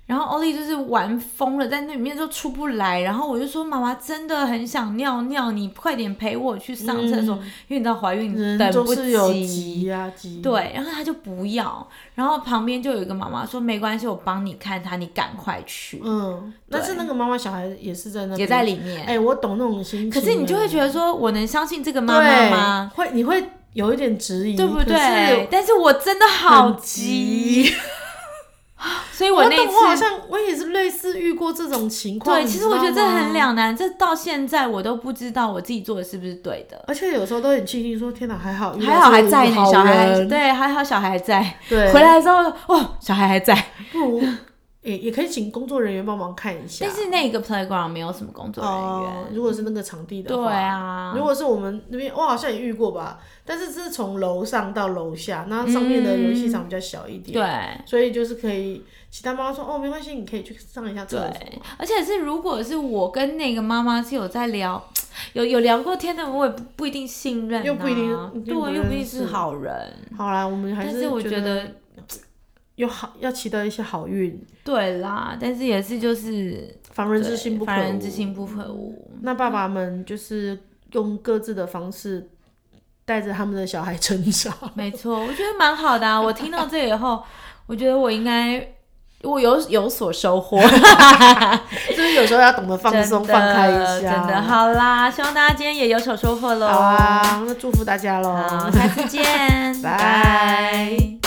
[SPEAKER 3] 然后欧丽就是玩疯了，在那里面就出不来，然后我就说妈妈真的很想尿尿，你快点陪我去上厕所，因为你知道怀孕
[SPEAKER 1] 嗯
[SPEAKER 3] 等
[SPEAKER 1] 人
[SPEAKER 3] 不
[SPEAKER 1] 就是有
[SPEAKER 3] 及。
[SPEAKER 1] 急啊急，，
[SPEAKER 3] 对，然后她就不要，然后旁边就有一个妈妈说没关系，我帮你看她，你赶快去，
[SPEAKER 1] 嗯，但是那个妈妈小孩也是在那
[SPEAKER 3] 也
[SPEAKER 1] 边
[SPEAKER 3] 在。里面。
[SPEAKER 1] 哎、我懂那种心情。
[SPEAKER 3] 可是你就会觉
[SPEAKER 1] 得
[SPEAKER 3] 得说，我能相信这个妈妈吗？？
[SPEAKER 1] 对会你会有一点质疑，
[SPEAKER 3] 对不
[SPEAKER 1] 可是
[SPEAKER 3] 对？但是我真的好
[SPEAKER 1] 很急
[SPEAKER 3] 急，所以
[SPEAKER 1] 我
[SPEAKER 3] 我那
[SPEAKER 1] 懂，我好
[SPEAKER 3] 次
[SPEAKER 1] 像我也是类似遇过这种情况。
[SPEAKER 3] 对，
[SPEAKER 1] 你
[SPEAKER 3] 其实
[SPEAKER 1] 知
[SPEAKER 3] 我
[SPEAKER 1] 道
[SPEAKER 3] 觉得这很
[SPEAKER 1] 吗，
[SPEAKER 3] 两难，这到现在我都不知道我自己做的是不是对的。
[SPEAKER 1] 而且有时候都很庆幸说，天哪，还好遇到
[SPEAKER 3] 还好还在
[SPEAKER 1] 这
[SPEAKER 3] 呢，
[SPEAKER 1] 个
[SPEAKER 3] 小
[SPEAKER 1] 好
[SPEAKER 3] 孩还
[SPEAKER 1] 人
[SPEAKER 3] (laughs) 对，还好小孩还在。
[SPEAKER 1] 对，
[SPEAKER 3] 回来之后，哇，哦小孩还在。
[SPEAKER 1] 不如也也可以请工作人员帮忙看一下。
[SPEAKER 3] 但是那个 playground 没有什么工作人
[SPEAKER 1] 哦，
[SPEAKER 3] 员。
[SPEAKER 1] 如果是那个场地的
[SPEAKER 3] 对
[SPEAKER 1] 话，。
[SPEAKER 3] 啊
[SPEAKER 1] 如，果是我们那边，我好像也遇过吧，但是是从楼上到楼下，那上面的游戏场比较小一点，
[SPEAKER 3] 对。
[SPEAKER 1] 所以就是可以，其他妈妈说哦没关系，你可以去上一下厕所，
[SPEAKER 3] 对，而且是如果是我跟那个妈妈是有在聊，有有聊过天的，我也不不一定信任、啊，
[SPEAKER 1] 又不一定
[SPEAKER 3] 对，
[SPEAKER 1] 又不认识
[SPEAKER 3] 又不一定是好人。
[SPEAKER 1] 好啦，我们还
[SPEAKER 3] 但
[SPEAKER 1] 是
[SPEAKER 3] 是我觉
[SPEAKER 1] 得
[SPEAKER 3] 得
[SPEAKER 1] 有好要期待一些好运，
[SPEAKER 3] 对啦，但是也是就是
[SPEAKER 1] 防人之心不可
[SPEAKER 3] 凡人
[SPEAKER 1] 无。
[SPEAKER 3] 之心不可无。
[SPEAKER 1] 那爸爸们就是用各自的方式带着他们的小孩成 (laughs) 长。
[SPEAKER 3] 没错，我觉得蛮好
[SPEAKER 1] (laughs)
[SPEAKER 3] 的啊。我听到这以后，我觉得我应该我有有所
[SPEAKER 1] (laughs)
[SPEAKER 3] 收获，
[SPEAKER 1] 就是有时候要懂得放松、
[SPEAKER 3] 真的
[SPEAKER 1] 放开一下，
[SPEAKER 3] 真的。好啦，希望大家今天也有所收获
[SPEAKER 1] (laughs)
[SPEAKER 3] 喽。
[SPEAKER 1] 好，啊，那祝福大家喽。 (laughs)
[SPEAKER 3] 好，下次见，
[SPEAKER 1] 拜
[SPEAKER 3] 拜